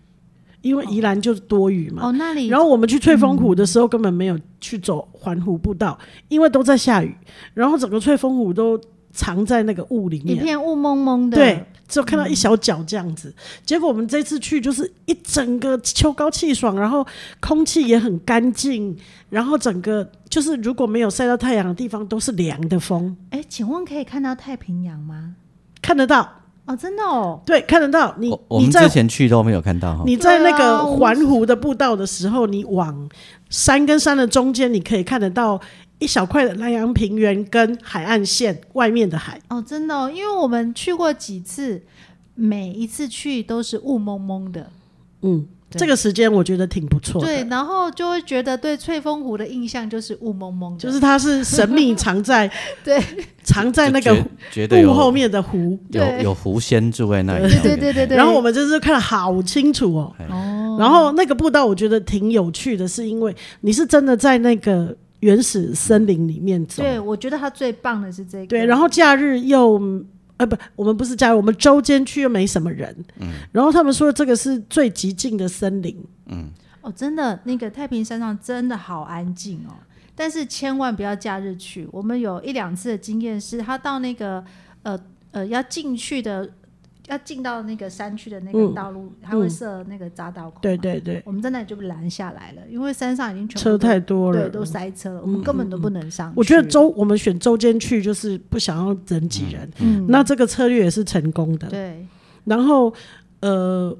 Speaker 2: 因为宜兰就是多雨嘛。
Speaker 3: 哦，那里，
Speaker 2: 然后我们去翠峰湖的时候，根本没有去走环湖步道，因为都在下雨，然后整个翠峰湖都藏在那个雾里
Speaker 3: 一
Speaker 2: 面。
Speaker 3: 片雾蒙蒙的，
Speaker 2: 对，只有看到一小角这样子。结果我们这次去就是一整个秋高气爽，然后空气也很干净，然后整个就是如果没有晒到太阳的地方都是凉的风，
Speaker 3: 哎，请问可以看到太平洋吗？
Speaker 2: 看得到，
Speaker 3: 哦，真的哦，
Speaker 2: 对，看得到。你
Speaker 1: 我我
Speaker 2: 你
Speaker 1: 们哦
Speaker 2: 在
Speaker 1: 之前去都没有看到哈，
Speaker 2: 你在那
Speaker 3: 对
Speaker 2: 个
Speaker 3: 啊我
Speaker 2: 环湖的步道的时候，你往山跟山的中间，你可以看得到一小块的南洋平原跟海岸线外面的海。
Speaker 3: 哦，真的哦，因为我们去过几次，每一次去都是雾蒙蒙的。
Speaker 2: 嗯，
Speaker 3: 对
Speaker 2: 这个时间我觉得挺不错的。
Speaker 3: 对，然后就会觉得对翠峰湖的印象就是雾蒙蒙的，
Speaker 2: 就是它是神 秘藏在
Speaker 3: 对
Speaker 2: 藏在那个
Speaker 1: 就觉觉得
Speaker 2: 雾后
Speaker 1: 有
Speaker 2: 面的湖，
Speaker 1: 有
Speaker 3: 对
Speaker 1: 有狐仙住在那里，
Speaker 3: 对对对对对。
Speaker 2: 然后我们这次看得好清楚哦。
Speaker 1: 哎
Speaker 3: 哦，
Speaker 2: 然后那个步道我觉得挺有趣的，是因为你是真的在那个原始森林里面走，
Speaker 3: 对，我觉得它最棒的是这个。
Speaker 2: 对，然后假日又呃不，我们不是假日，我们周间去又没什么人，
Speaker 1: 嗯
Speaker 2: 然后他们说这个是最极静的森林，
Speaker 3: 哦，真的，那个太平山上真的好安静哦。但是千万不要假日去，我们有一两次的经验是，他到那个呃呃要进去的，要进到那个山区的那个
Speaker 2: 嗯
Speaker 3: 道路，他会设那个匝道口。
Speaker 2: 对，对对，
Speaker 3: 我们在那里就被拦下来了，因为山上已经全部
Speaker 2: 车
Speaker 3: 都
Speaker 2: 太多了嗯
Speaker 3: 对，，都塞车了，我们根本都不能上去。
Speaker 2: 我觉得周我们选周间去就是不想要人挤人，
Speaker 3: 嗯
Speaker 2: 那这个策略也是成功的，
Speaker 3: 对
Speaker 2: 然后呃，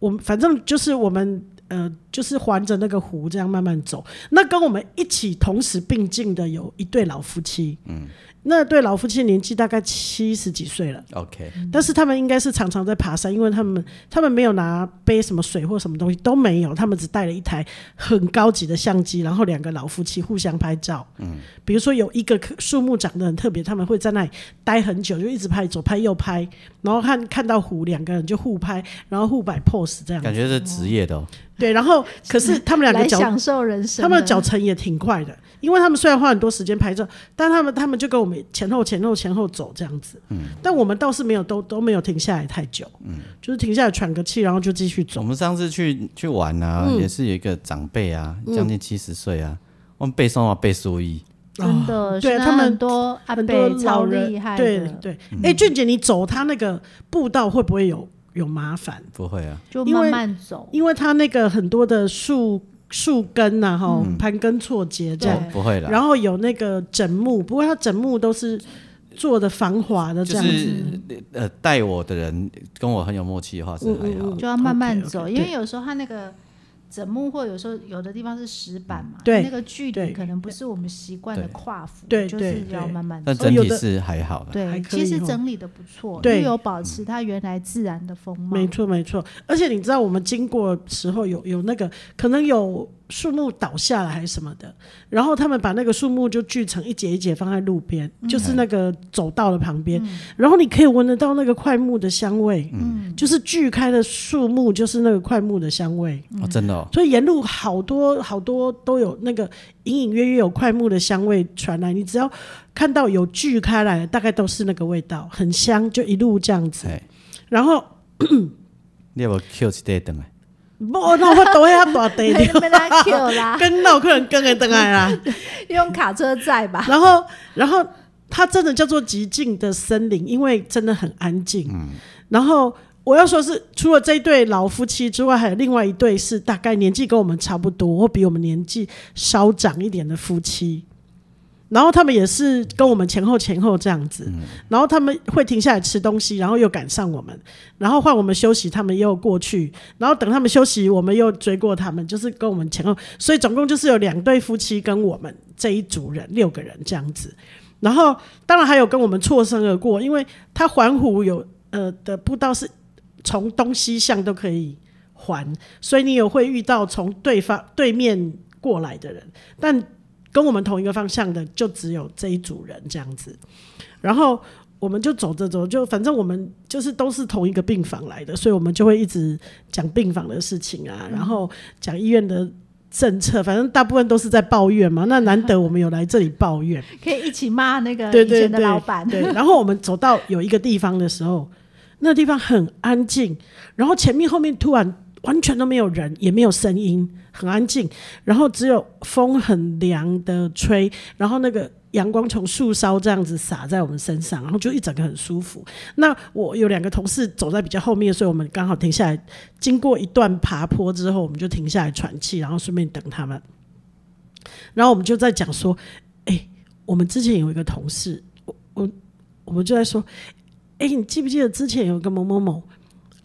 Speaker 2: 我们反正就是我们呃，就是环着那个湖这样慢慢走。那跟我们一起同时并进的有一对老夫妻，嗯，那对老夫妻年纪大概七十几岁了，
Speaker 1: OK，
Speaker 2: 但是他们应该是常常在爬山，因为他们他们没有拿杯什么水或什么东西都没有，他们只带了一台很高级的相机，然后两个老夫妻互相拍照。嗯，比如说有一个棵树木长得很特别，他们会在那里待很久，就一直拍左拍右拍，然后看看到湖，两个人就互拍，然后互摆 pose 这样
Speaker 1: 感。觉是职业的哦，
Speaker 2: 对，然后可是他们两个
Speaker 3: 来
Speaker 2: 脚
Speaker 3: 享受人生，
Speaker 2: 他们的脚程也挺快的，因为他们虽然花很多时间拍照，但他们他们就跟我们前后前后前后走这样子。嗯，但我们倒是没有都都没有停下来太久，嗯，就是停下来喘个气，然后就继续
Speaker 1: 我
Speaker 2: 走。
Speaker 1: 们上次去去玩啊，
Speaker 2: 嗯
Speaker 1: 也是有一个长辈啊，将近七十岁啊，我们背诵啊背书衣，
Speaker 3: 真的，
Speaker 2: 哦对
Speaker 3: 现在
Speaker 2: 他们
Speaker 3: 很多阿
Speaker 2: 很多
Speaker 3: 伯超
Speaker 2: 老人
Speaker 3: 厉害
Speaker 2: 对
Speaker 3: 的，嗯
Speaker 2: 对，哎、俊姐，你走他那个步道会不会有有麻烦？
Speaker 1: 不会啊，
Speaker 3: 就
Speaker 2: 因为
Speaker 3: 慢慢走。
Speaker 2: 因为他那个很多的树树根呐、啊，哈、盘根错节这
Speaker 3: 嗯对
Speaker 2: 样，
Speaker 1: 不不会啦，
Speaker 2: 然后有那个枕木，不过它枕木都是做的防滑的这
Speaker 1: 就
Speaker 2: 样子。嗯
Speaker 1: 是呃带我的人跟我很有默契的话是还好，
Speaker 3: 就要慢慢
Speaker 2: OK，OK，
Speaker 3: 走
Speaker 2: 对
Speaker 3: 因为有时候它那个枕木或有时候有的地方是石板嘛，
Speaker 2: 对
Speaker 3: 那个距
Speaker 2: 对
Speaker 3: 离可能不是我们习惯的跨幅，
Speaker 2: 对
Speaker 3: 就
Speaker 2: 对
Speaker 3: 是要
Speaker 2: 对
Speaker 3: 慢慢
Speaker 1: 但
Speaker 3: 走。
Speaker 1: 整
Speaker 2: 有
Speaker 1: 体
Speaker 2: 的
Speaker 1: 是还好的。
Speaker 2: 还
Speaker 3: 对，
Speaker 2: 可
Speaker 3: 其
Speaker 2: 以
Speaker 3: 实
Speaker 2: 哦
Speaker 3: 整理的不错，
Speaker 2: 对嗯
Speaker 3: 又有保持它原来自然的风貌
Speaker 2: 没。错，没错。而且你知道，我们经过时候有有那个可能有树木倒下来还是什么的，然后他们把那个树木就锯成一节一节放在路边，就是那个走道的旁边，然后你可以闻得到那个块木的香味，
Speaker 3: 嗯，
Speaker 2: 就是锯开的树木就是那个块木的香味。
Speaker 1: 哦，真的哦，
Speaker 2: 所以沿路好多好多都有那个隐隐约约有块木的香味传来，你只要看到有锯开来的，大概都是那个味道，很香，就一路这样子。
Speaker 1: 哎，
Speaker 2: 然后
Speaker 1: 你有没有 Q 一块灯来？
Speaker 2: 无，那我都遐 大地
Speaker 3: 没
Speaker 2: 了，
Speaker 3: 被它 Q 啦，
Speaker 2: 跟有可能跟会回来啦。
Speaker 3: 用卡车载吧。
Speaker 2: 然后，然后它真的叫做极静的森林，因为真的很安静。然后我要说是，除了这一对老夫妻之外，还有另外一对是大概年纪跟我们差不多，或比我们年纪稍长一点的夫妻。然后他们也是跟我们前后前后这样子，然后他们会停下来吃东西，然后又赶上我们，然后换我们休息，他们又过去，然后等他们休息，我们又追过他们，就是跟我们前后，所以总共就是有两对夫妻跟我们这一组人六个人这样子。然后当然还有跟我们错身而过，因为它环湖有呃的步道是从东西向都可以环，所以你有会遇到从对方对面过来的人，但跟我们同一个方向的就只有这一组人这样子。然后我们就走着走，就反正我们就是都是同一个病房来的，所以我们就会一直讲病房的事情啊，然后讲医院的。政策，反正大部分都是在抱怨嘛。那难得我们有来这里抱怨，
Speaker 3: 可以一起骂那个
Speaker 2: 对
Speaker 3: 以
Speaker 2: 对
Speaker 3: 前的老板，
Speaker 2: 对，然后我们走到有一个地方的时候，那地方很安静，然后前面后面突然完全都没有人，也没有声音，很安静。然后只有风很凉的吹，然后那个阳光从树梢这样子洒在我们身上，然后就一整个很舒服。那我有两个同事走在比较后面，所以我们刚好停下来，经过一段爬坡之后，我们就停下来喘气，然后顺便等他们。然后我们就在讲说，哎、我们之前有一个同事，我我我们就在说，哎、你记不记得之前有一个某某某，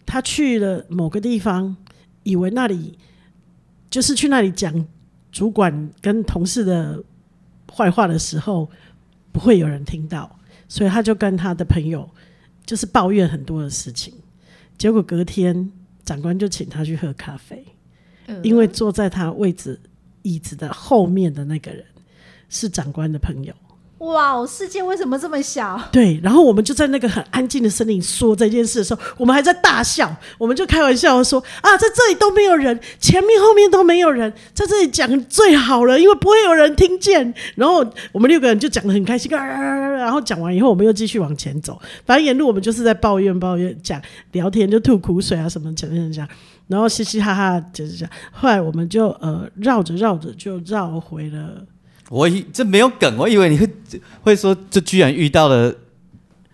Speaker 2: 他去了某个地方，以为那里就是去那里讲主管跟同事的坏话的时候，不会有人听到，所以他就跟他的朋友就是抱怨很多的事情，结果隔天长官就请他去喝咖啡。
Speaker 3: 呃
Speaker 2: 因为坐在他位置椅子的后面的那个人是长官的朋友。
Speaker 3: 哇哦，世界为什么这么 小？
Speaker 2: 对，然后我们就在那个很安静的森林说这件事的时候，我们还在大笑，我们就开玩笑地说啊，在这里都没有人，前面后面都没有人，在这里讲最好了，因为不会有人听见。然后我们六个人就讲得很开心，啊啊啊啊啊然后讲完以后，我们又继续往前走，反正沿路我们就是在抱怨抱怨，讲聊天就吐苦水啊什么，讲讲讲。然后嘻嘻哈哈，就是这样。后来我们就呃绕着绕着就绕回了
Speaker 1: 我以这没有梗，我以为你会会说，这居然遇到了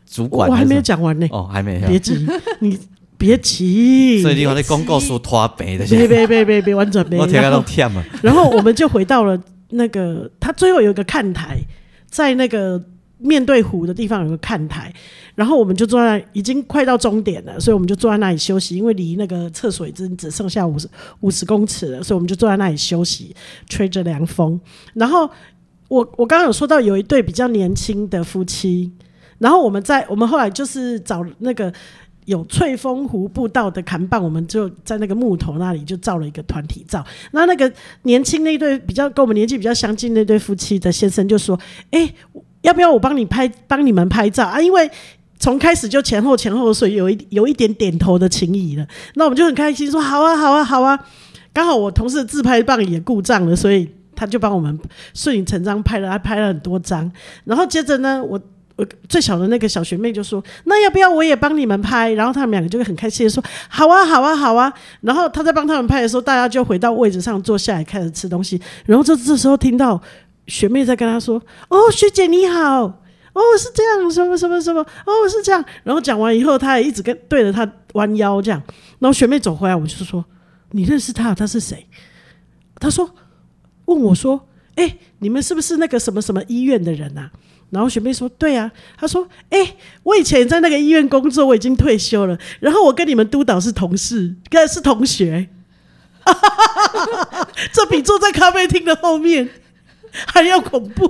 Speaker 1: 主管
Speaker 2: 我还
Speaker 1: 是
Speaker 2: 没有
Speaker 1: 什
Speaker 2: 讲完呢
Speaker 1: 么，哦，还没有，
Speaker 2: 别急，你别急，
Speaker 1: 所以你看那公告说拖白的，
Speaker 2: 别别别别别完全别。
Speaker 1: 我听到
Speaker 2: 然
Speaker 1: 都
Speaker 2: 后，
Speaker 1: 忝了。
Speaker 2: 然后我们就回到了那个，他最后有一个看台，在那个面对湖的地方有个看台，然后我们就坐在，已经快到终点了，所以我们就坐在那里休息，因为离那个厕所已经只剩下五十五十公尺了，所以我们就坐在那里休息，吹着凉风。然后我我刚刚有说到有一对比较年轻的夫妻，然后我们在我们后来就是找那个有翠峰湖步道的砍棒，我们就在那个木头那里就照了一个团体照。那那个年轻那对比较跟我们年纪比较相近那对夫妻的先生就说：“哎、要不要我帮你拍，帮你们拍照啊？因为。”从开始就前后前后，所以有一有一点点头的情谊了。那我们就很开心，说好啊，好啊，好啊。刚好我同事的自拍棒也故障了，所以他就帮我们顺理成章拍了，他拍了很多张。然后接着呢，我我最小的那个小学妹就说：“那要不要我也帮你们拍？”然后他们两个就会很开心的说：“好啊，好啊，好啊。”然后他在帮他们拍的时候，大家就回到位置上坐下来开始吃东西。然后这这时候听到学妹在跟他说：“哦，学姐你好。”哦，是这样，什么什么什么，哦，是这样。然后讲完以后，他还一直跟对着他弯腰这样。然后学妹走回来，我就说：“你认识他？他是谁？”他说：“问我说，哎、你们是不是那个什么什么医院的人啊？”然后学妹说：“对啊。”他说：“哎、我以前在那个医院工作，我已经退休了。然后我跟你们督导是同事，跟是同学。 这比坐在咖啡厅的后面还要恐怖。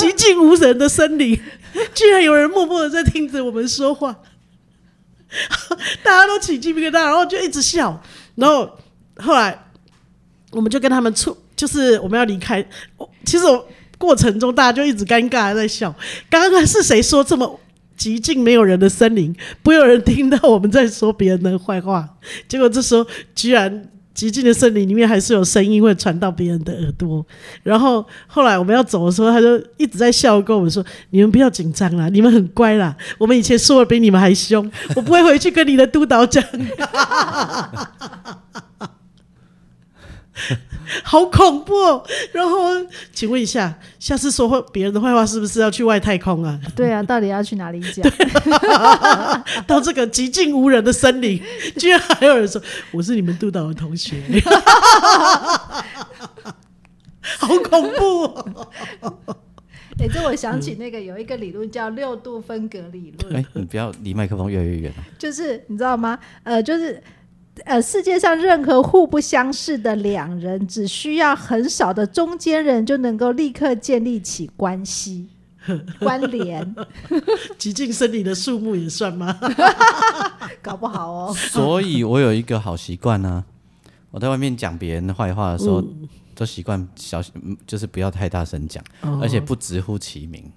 Speaker 2: 寂静无人的森林，居然有人默默的在听着我们说话。大家都起鸡皮疙瘩，然后就一直笑。然后后来我们就跟他们出，就是我们要离开。我其实我过程中大家就一直尴尬地在笑。刚刚是谁说这么极尽没有人的森林，不会有人听到我们在说别人的坏话？结果这时候居然。极静的森林里面还是有声音会传到别人的耳朵，然后后来我们要走的时候，他就一直在笑，跟我们说：“你们不要紧张啦，你们很乖啦，我们以前说的比你们还凶，我不会回去跟你的督导讲。” 好恐怖、哦！ 然后，请问一下，下次说会别人的坏话，是不是要去外太空啊？
Speaker 3: 对啊，到底要去哪里讲？
Speaker 2: 到这个极尽无人的森林，居然还有人说我是你们督导的同学， 好恐怖、哦！
Speaker 3: 哎、这我想
Speaker 2: 嗯
Speaker 3: 起那个有一个理论叫六度分隔理论，
Speaker 1: 哎，你不要离麦克风越来越远了。
Speaker 3: 就是你知道吗？呃，就是呃，世界上任何互不相识的两人，只需要很少的中间人就能够立刻建立起关 系关联，
Speaker 2: 极尽森林的树木也算吗？
Speaker 3: 搞不好 哦。
Speaker 1: 所以我有一个好习惯呢，我在外面讲别人的坏话的时候，都习惯小，嗯就是不要太大声讲，而且不直呼其名。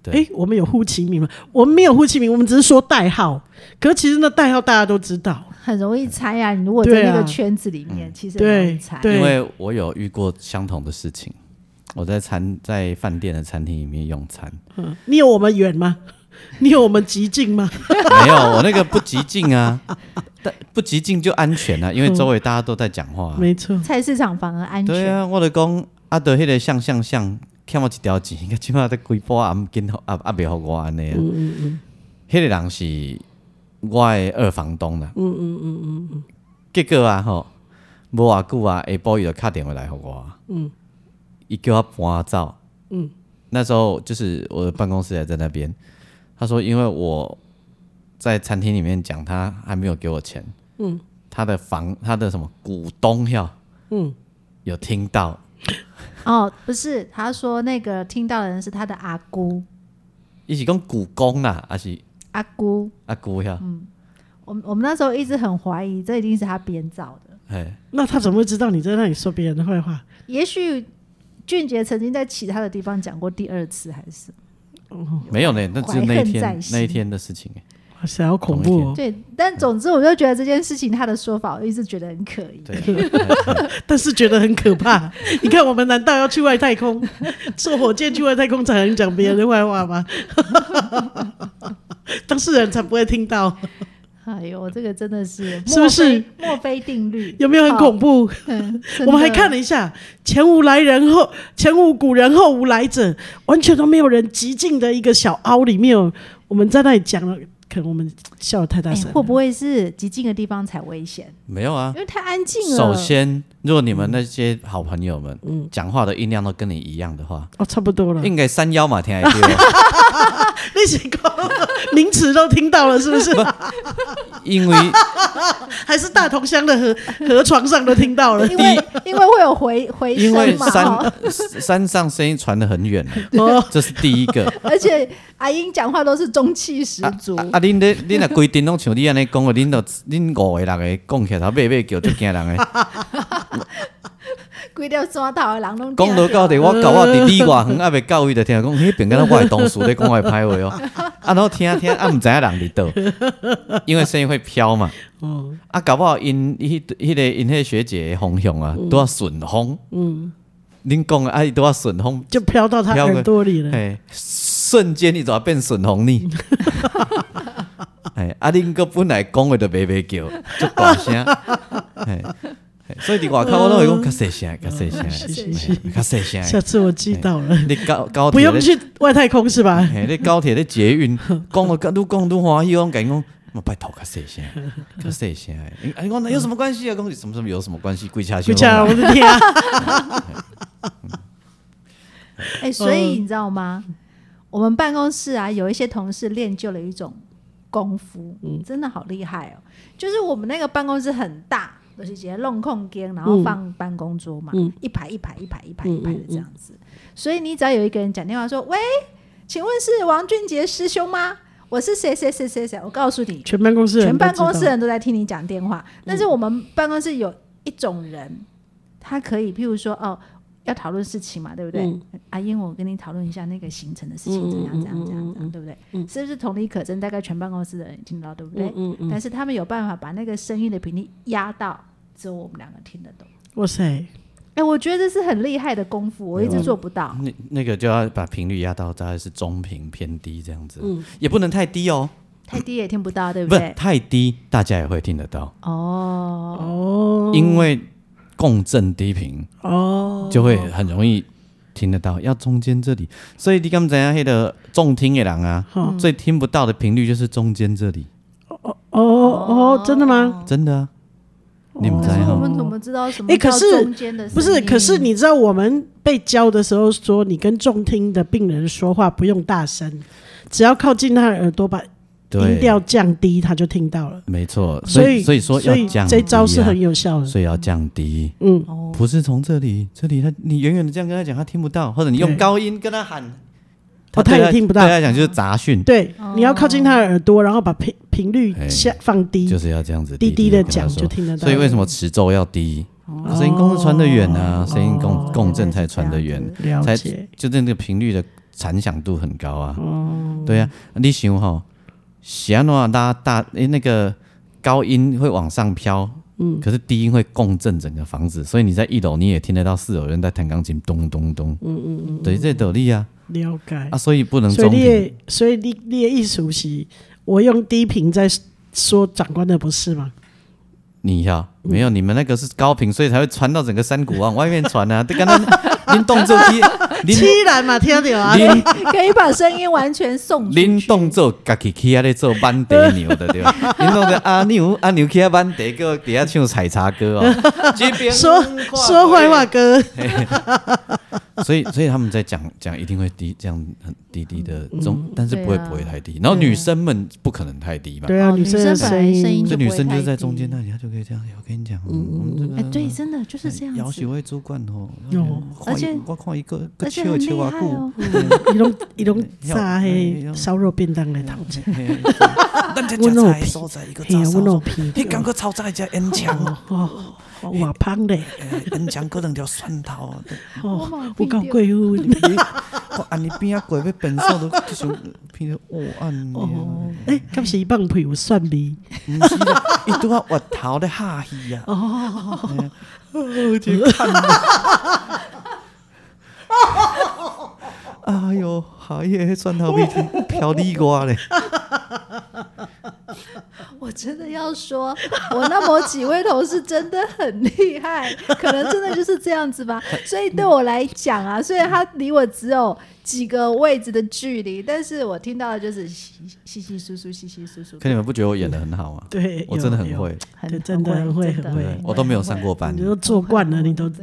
Speaker 1: 对
Speaker 2: 哎、我们有呼其名吗？我们没有呼其名，我们只是说代号。可是其实那代号大家都知道，
Speaker 3: 很容易猜啊！你如果在
Speaker 2: 对啊
Speaker 3: 那个圈子里面，其实很容易
Speaker 2: 对
Speaker 3: 猜。
Speaker 2: 对，
Speaker 1: 因为我有遇过相同的事情，我在餐在饭店的餐厅里面用餐，
Speaker 2: 你有我们远吗？你有我们极尽吗？
Speaker 1: 没有，我那个不极尽啊，但不极尽就安全啊，因为周围大家都在讲话、啊。
Speaker 2: 没错，
Speaker 3: 菜市场反而安
Speaker 1: 对
Speaker 3: 全。
Speaker 1: 啊，我就讲啊，对，迄个像像像，欠我一条钱， 个即码在规波也毋紧互啊啊袂互我安尼啊。嗯嗯迄个人是我的二房东啦。嗯嗯嗯嗯嗯。结果啊吼，无偌久啊，下晡伊就敲电话来互我啊。嗯。伊叫我搬走。嗯。那时候就是我的办公室还在那边，他说因为我在餐厅里面讲，他还没有给我钱。嗯。他的房，他的什么股东要，有听到，
Speaker 3: 哦，不是，他说那个听到的人是他的阿姑，
Speaker 1: 伊是讲股公啦，还是
Speaker 3: 阿姑。
Speaker 1: 阿姑呀？
Speaker 3: 嗯我们我们那时候一直很怀疑，这一定是他编造的。
Speaker 1: 哎，
Speaker 2: 那他怎么会知道你在那里说别人的坏话？
Speaker 3: 也许俊杰曾经在其他的地方讲过第二次，还是
Speaker 1: 没有呢，那只是那一
Speaker 3: 啊怀恨在
Speaker 1: 天
Speaker 3: 心
Speaker 1: 那一天的 事情。哎
Speaker 2: 哇塞，好恐怖哦！
Speaker 3: 对。但总之，我就觉得这件事情他的说法，我一直觉得很可疑。
Speaker 1: 对，
Speaker 2: 但是觉得很可怕。 你看，我们难道要去外太空， 坐火箭去外太空才能讲别人的坏话吗？ 当事人才不会听到，
Speaker 3: 哎呦，这个真的是
Speaker 2: 是不是
Speaker 3: 墨菲墨菲定律？
Speaker 2: 有没有很恐怖？
Speaker 3: 怖
Speaker 2: 我们还
Speaker 3: 哎
Speaker 2: 看了一下，前无来人后前无古人后无来者，完全都没有人极尽的一个小凹里面有，我们在那里讲了，可能我们笑的太大啊
Speaker 3: 哎
Speaker 2: 声了、
Speaker 3: 会不会是极近的地方才危险？
Speaker 1: 没有啊
Speaker 3: 因。为太安静了。
Speaker 1: 首先，如果你们那些好朋友们
Speaker 3: 嗯
Speaker 1: 讲话的音量都跟你一样的话，
Speaker 2: 哦，差不多了。
Speaker 1: 应该三幺嘛，听得到
Speaker 2: 那些 名词都听到了，是不是？
Speaker 1: 因为
Speaker 2: 还是大同乡的河河床上都听到了。
Speaker 3: 因为因为会有回回
Speaker 1: 因为
Speaker 3: 声嘛，哦
Speaker 1: 山山上声音传得很远，啊
Speaker 2: 哦，
Speaker 1: 这是第一个。
Speaker 3: 而且阿英讲话都是中气十
Speaker 1: 啊
Speaker 3: 足。
Speaker 1: 啊！恁咧恁若规定拢像你安尼讲的，恁都恁五个六个讲起来，头尾尾叫就惊人诶。
Speaker 2: 啊
Speaker 3: 规条山头的人拢
Speaker 1: 讲到到 底，我到我伫里外远，还未到位就听讲，迄边敢若我的同事咧讲我的歹 话哦。啊，然后听听啊，毋知影人伫倒，因为声音会飘嘛。啊，搞不好因迄迄个因迄个学姐的方向啊，都要顺风。嗯，恁讲的啊，伊都要顺风，
Speaker 2: 就飘到他
Speaker 1: 飘过
Speaker 2: 耳朵里了。
Speaker 1: 嘿，瞬间你怎变顺风 呢？哎，啊，恁个本来讲话就袂袂叫，就大 声。嘿嘿所以伫外口我拢会讲较细声，较细声，
Speaker 2: 是是
Speaker 1: 嘿嗯较细声。
Speaker 2: 下次我记到了，
Speaker 1: 你高高
Speaker 2: 不
Speaker 1: 铁
Speaker 2: 用
Speaker 1: 咧，
Speaker 2: 去外太空是吧？
Speaker 1: 嘿，你高铁咧捷运， 讲到愈讲愈欢喜，我甲伊讲，嘛拜托较细 声，较细声的。哎，你讲那有什么关系啊？讲是什么什么有什么关系？跪下去
Speaker 2: 回。家了，我的天啊！
Speaker 3: 哎、所以你知道吗？我们办公室啊，有一些同事练就了一种功夫，真的好厉害哦！就是我们那个办公室很大，就是直接弄空间，然后放办公桌嘛，一排一排一排一排一排的这样子。所以你只要有一个人讲电话说：“喂，请问是王俊杰师兄吗？我是谁谁谁谁谁。”我告诉你，
Speaker 2: 全办公室人
Speaker 3: 全
Speaker 2: 都知道，
Speaker 3: 办公室人都在听你讲电话。但是我们办公室有一种人，他可以，譬如说哦，要讨论事情嘛，对不对？阿英，我跟你讨论一下那个行程的事情，怎啊样怎样怎样怎样，对不对？是不是同理可证？大概全办公室的人也听得到，对不对？但是他们有办法把那个声音的频率压到只有我们两个听得懂。
Speaker 2: 哇塞，
Speaker 3: 哎，我觉得这是很厉害的功夫，我一直做不到。
Speaker 1: 那那个就要把频率压到大概是中频偏低这样子，
Speaker 2: 嗯
Speaker 1: 也不能太低哦，
Speaker 3: 太低也听不到，对
Speaker 1: 不
Speaker 3: 对？
Speaker 1: 太低大家也会听得到，
Speaker 3: 哦，
Speaker 1: 因为共振低频
Speaker 2: 哦，
Speaker 1: 就会很容易听得到，要中间这里。所以你刚才那个重听的人啊，
Speaker 2: 嗯
Speaker 1: 最听不到的频率就是中间这里，
Speaker 2: 哦哦，真的吗？
Speaker 1: 真的啊，你们知
Speaker 3: 可是我
Speaker 1: 道吗？
Speaker 3: 们怎么知道什么
Speaker 2: 哎可
Speaker 3: 叫
Speaker 2: 是
Speaker 3: 中间的声音？
Speaker 2: 不是，可是你知道我们被教的时候说，你跟重听的病人说话不用大声，只要靠近他的耳朵，把音
Speaker 1: 对，
Speaker 2: 调降低，他就听到了。
Speaker 1: 没错。
Speaker 2: 所
Speaker 1: 所以所以说
Speaker 2: 所
Speaker 1: 要
Speaker 2: 以
Speaker 1: 降低
Speaker 2: 这招是
Speaker 1: 啊
Speaker 2: 很有效的。
Speaker 1: 所以要降低。
Speaker 2: 嗯，
Speaker 3: 哦
Speaker 1: 不是从这里，这里他你远远的这样跟他讲，他听不到，或者你用
Speaker 2: 对
Speaker 1: 高音跟他喊，
Speaker 2: 哦他
Speaker 1: 对啊
Speaker 2: 也听不到
Speaker 1: 对他讲就是杂讯，
Speaker 2: 对，
Speaker 3: 哦
Speaker 2: 你要靠近他的耳朵，然后把频频率
Speaker 1: 哎
Speaker 2: 下放低，
Speaker 1: 就是要这样子
Speaker 2: 低
Speaker 1: 低
Speaker 2: 的
Speaker 1: 跟他
Speaker 2: 讲
Speaker 1: 说
Speaker 2: 就听得到。
Speaker 1: 所以为什么磁奏要低？声音共振传得远啊，声音共共振才传得远，
Speaker 2: 了
Speaker 1: 才
Speaker 2: 解？
Speaker 1: 就是那个频率的残响度很高啊。对啊，你想哈、喜安诺拉大诶那个高音会往上飘。嗯，可是低音会共振整个房子，所以你在一楼你也听得到四楼人在弹钢琴，咚咚咚。嗯嗯嗯，对，这道理啊。
Speaker 2: 了解。
Speaker 1: 啊，所以不能
Speaker 2: 所以
Speaker 1: 中
Speaker 2: 你
Speaker 1: 庭。
Speaker 2: 也，所以你你也艺术系，我用低频在说长官的不是吗？
Speaker 1: 你呀、
Speaker 3: 嗯
Speaker 1: 没有，你们那个是高频，所以才会传到整个山谷往外面传啊。 对，刚 刚您动作低，您
Speaker 2: 凄然嘛，听到啊，
Speaker 1: 您
Speaker 3: 可以把声音完全送出
Speaker 1: 您
Speaker 3: 去
Speaker 1: 动作家己起啊咧做班底牛的对 吧？您弄个阿牛阿牛起啊班底个底下唱采茶 歌哦，这边
Speaker 2: 说说坏话。哥，
Speaker 1: 所以所以他们在讲讲一定会低，这样很低低的中，但是不会
Speaker 3: 对啊
Speaker 1: 不会太低。然后
Speaker 3: 对啊
Speaker 1: 女生们不可能太低嘛，
Speaker 2: 对啊，
Speaker 3: 哦
Speaker 2: 女生的
Speaker 3: 女生本
Speaker 2: 声
Speaker 3: 来声音
Speaker 1: 所以女生就是在
Speaker 3: 就不
Speaker 1: 中
Speaker 3: 会太低
Speaker 1: 间那里，她就可以这样。哎我跟你讲，我们这个
Speaker 3: 哎，对，真的就是这样
Speaker 1: 摇
Speaker 3: 子
Speaker 1: 起，位主管吼，
Speaker 2: 哦
Speaker 1: 看
Speaker 3: 而且
Speaker 1: 一我看一个个
Speaker 3: 而且
Speaker 1: 笑
Speaker 3: 很
Speaker 1: 笑
Speaker 3: 厉
Speaker 1: 啊
Speaker 3: 害
Speaker 1: 久，
Speaker 3: 哦。
Speaker 2: 一种一 种炸
Speaker 1: 哎
Speaker 2: 黑
Speaker 1: 呦
Speaker 2: 烧肉便当来头，
Speaker 1: 嘿咱这
Speaker 2: 我
Speaker 1: 食
Speaker 2: 有
Speaker 1: 菜的
Speaker 2: 皮
Speaker 1: 所在一个
Speaker 2: 嘿
Speaker 1: 炸
Speaker 2: 啊，我
Speaker 1: 烧
Speaker 2: 老，皮，
Speaker 1: 你感觉炒菜只烟肠 哦，
Speaker 2: 哦，哦我胖嘞，
Speaker 1: 哎烟肠搁两条蒜头 哦，
Speaker 3: 我嘛
Speaker 2: 哦，
Speaker 3: 有
Speaker 2: 我
Speaker 3: 病
Speaker 2: 搞
Speaker 3: 对
Speaker 2: 贵妇，
Speaker 1: 我按你边啊过要变瘦都就想偏着哦嗯按你啊，
Speaker 2: 哦， 哎，敢是一棒皮有蒜味，
Speaker 1: 毋是啦，伊拄啊滑头咧下戏啊，哦，我去看你。哎哟，海耶，蒜头皮飘地瓜咧。
Speaker 3: 我真的要说，我那么几位同事真的很厉害，可能真的就是这样子吧。所以对我来讲啊，虽然他离我只有几个位置的距离，但是我听到的就是稀稀稀疏疏，稀稀疏疏，
Speaker 1: 可你们不觉得我演的很好吗？
Speaker 2: 对，
Speaker 1: 我真的
Speaker 2: 有
Speaker 1: 很，会
Speaker 2: 有，
Speaker 3: 很
Speaker 2: 对真的很会
Speaker 3: 真的哦
Speaker 2: 很会
Speaker 1: 对我都没有上过班
Speaker 2: 你，都做惯了，你都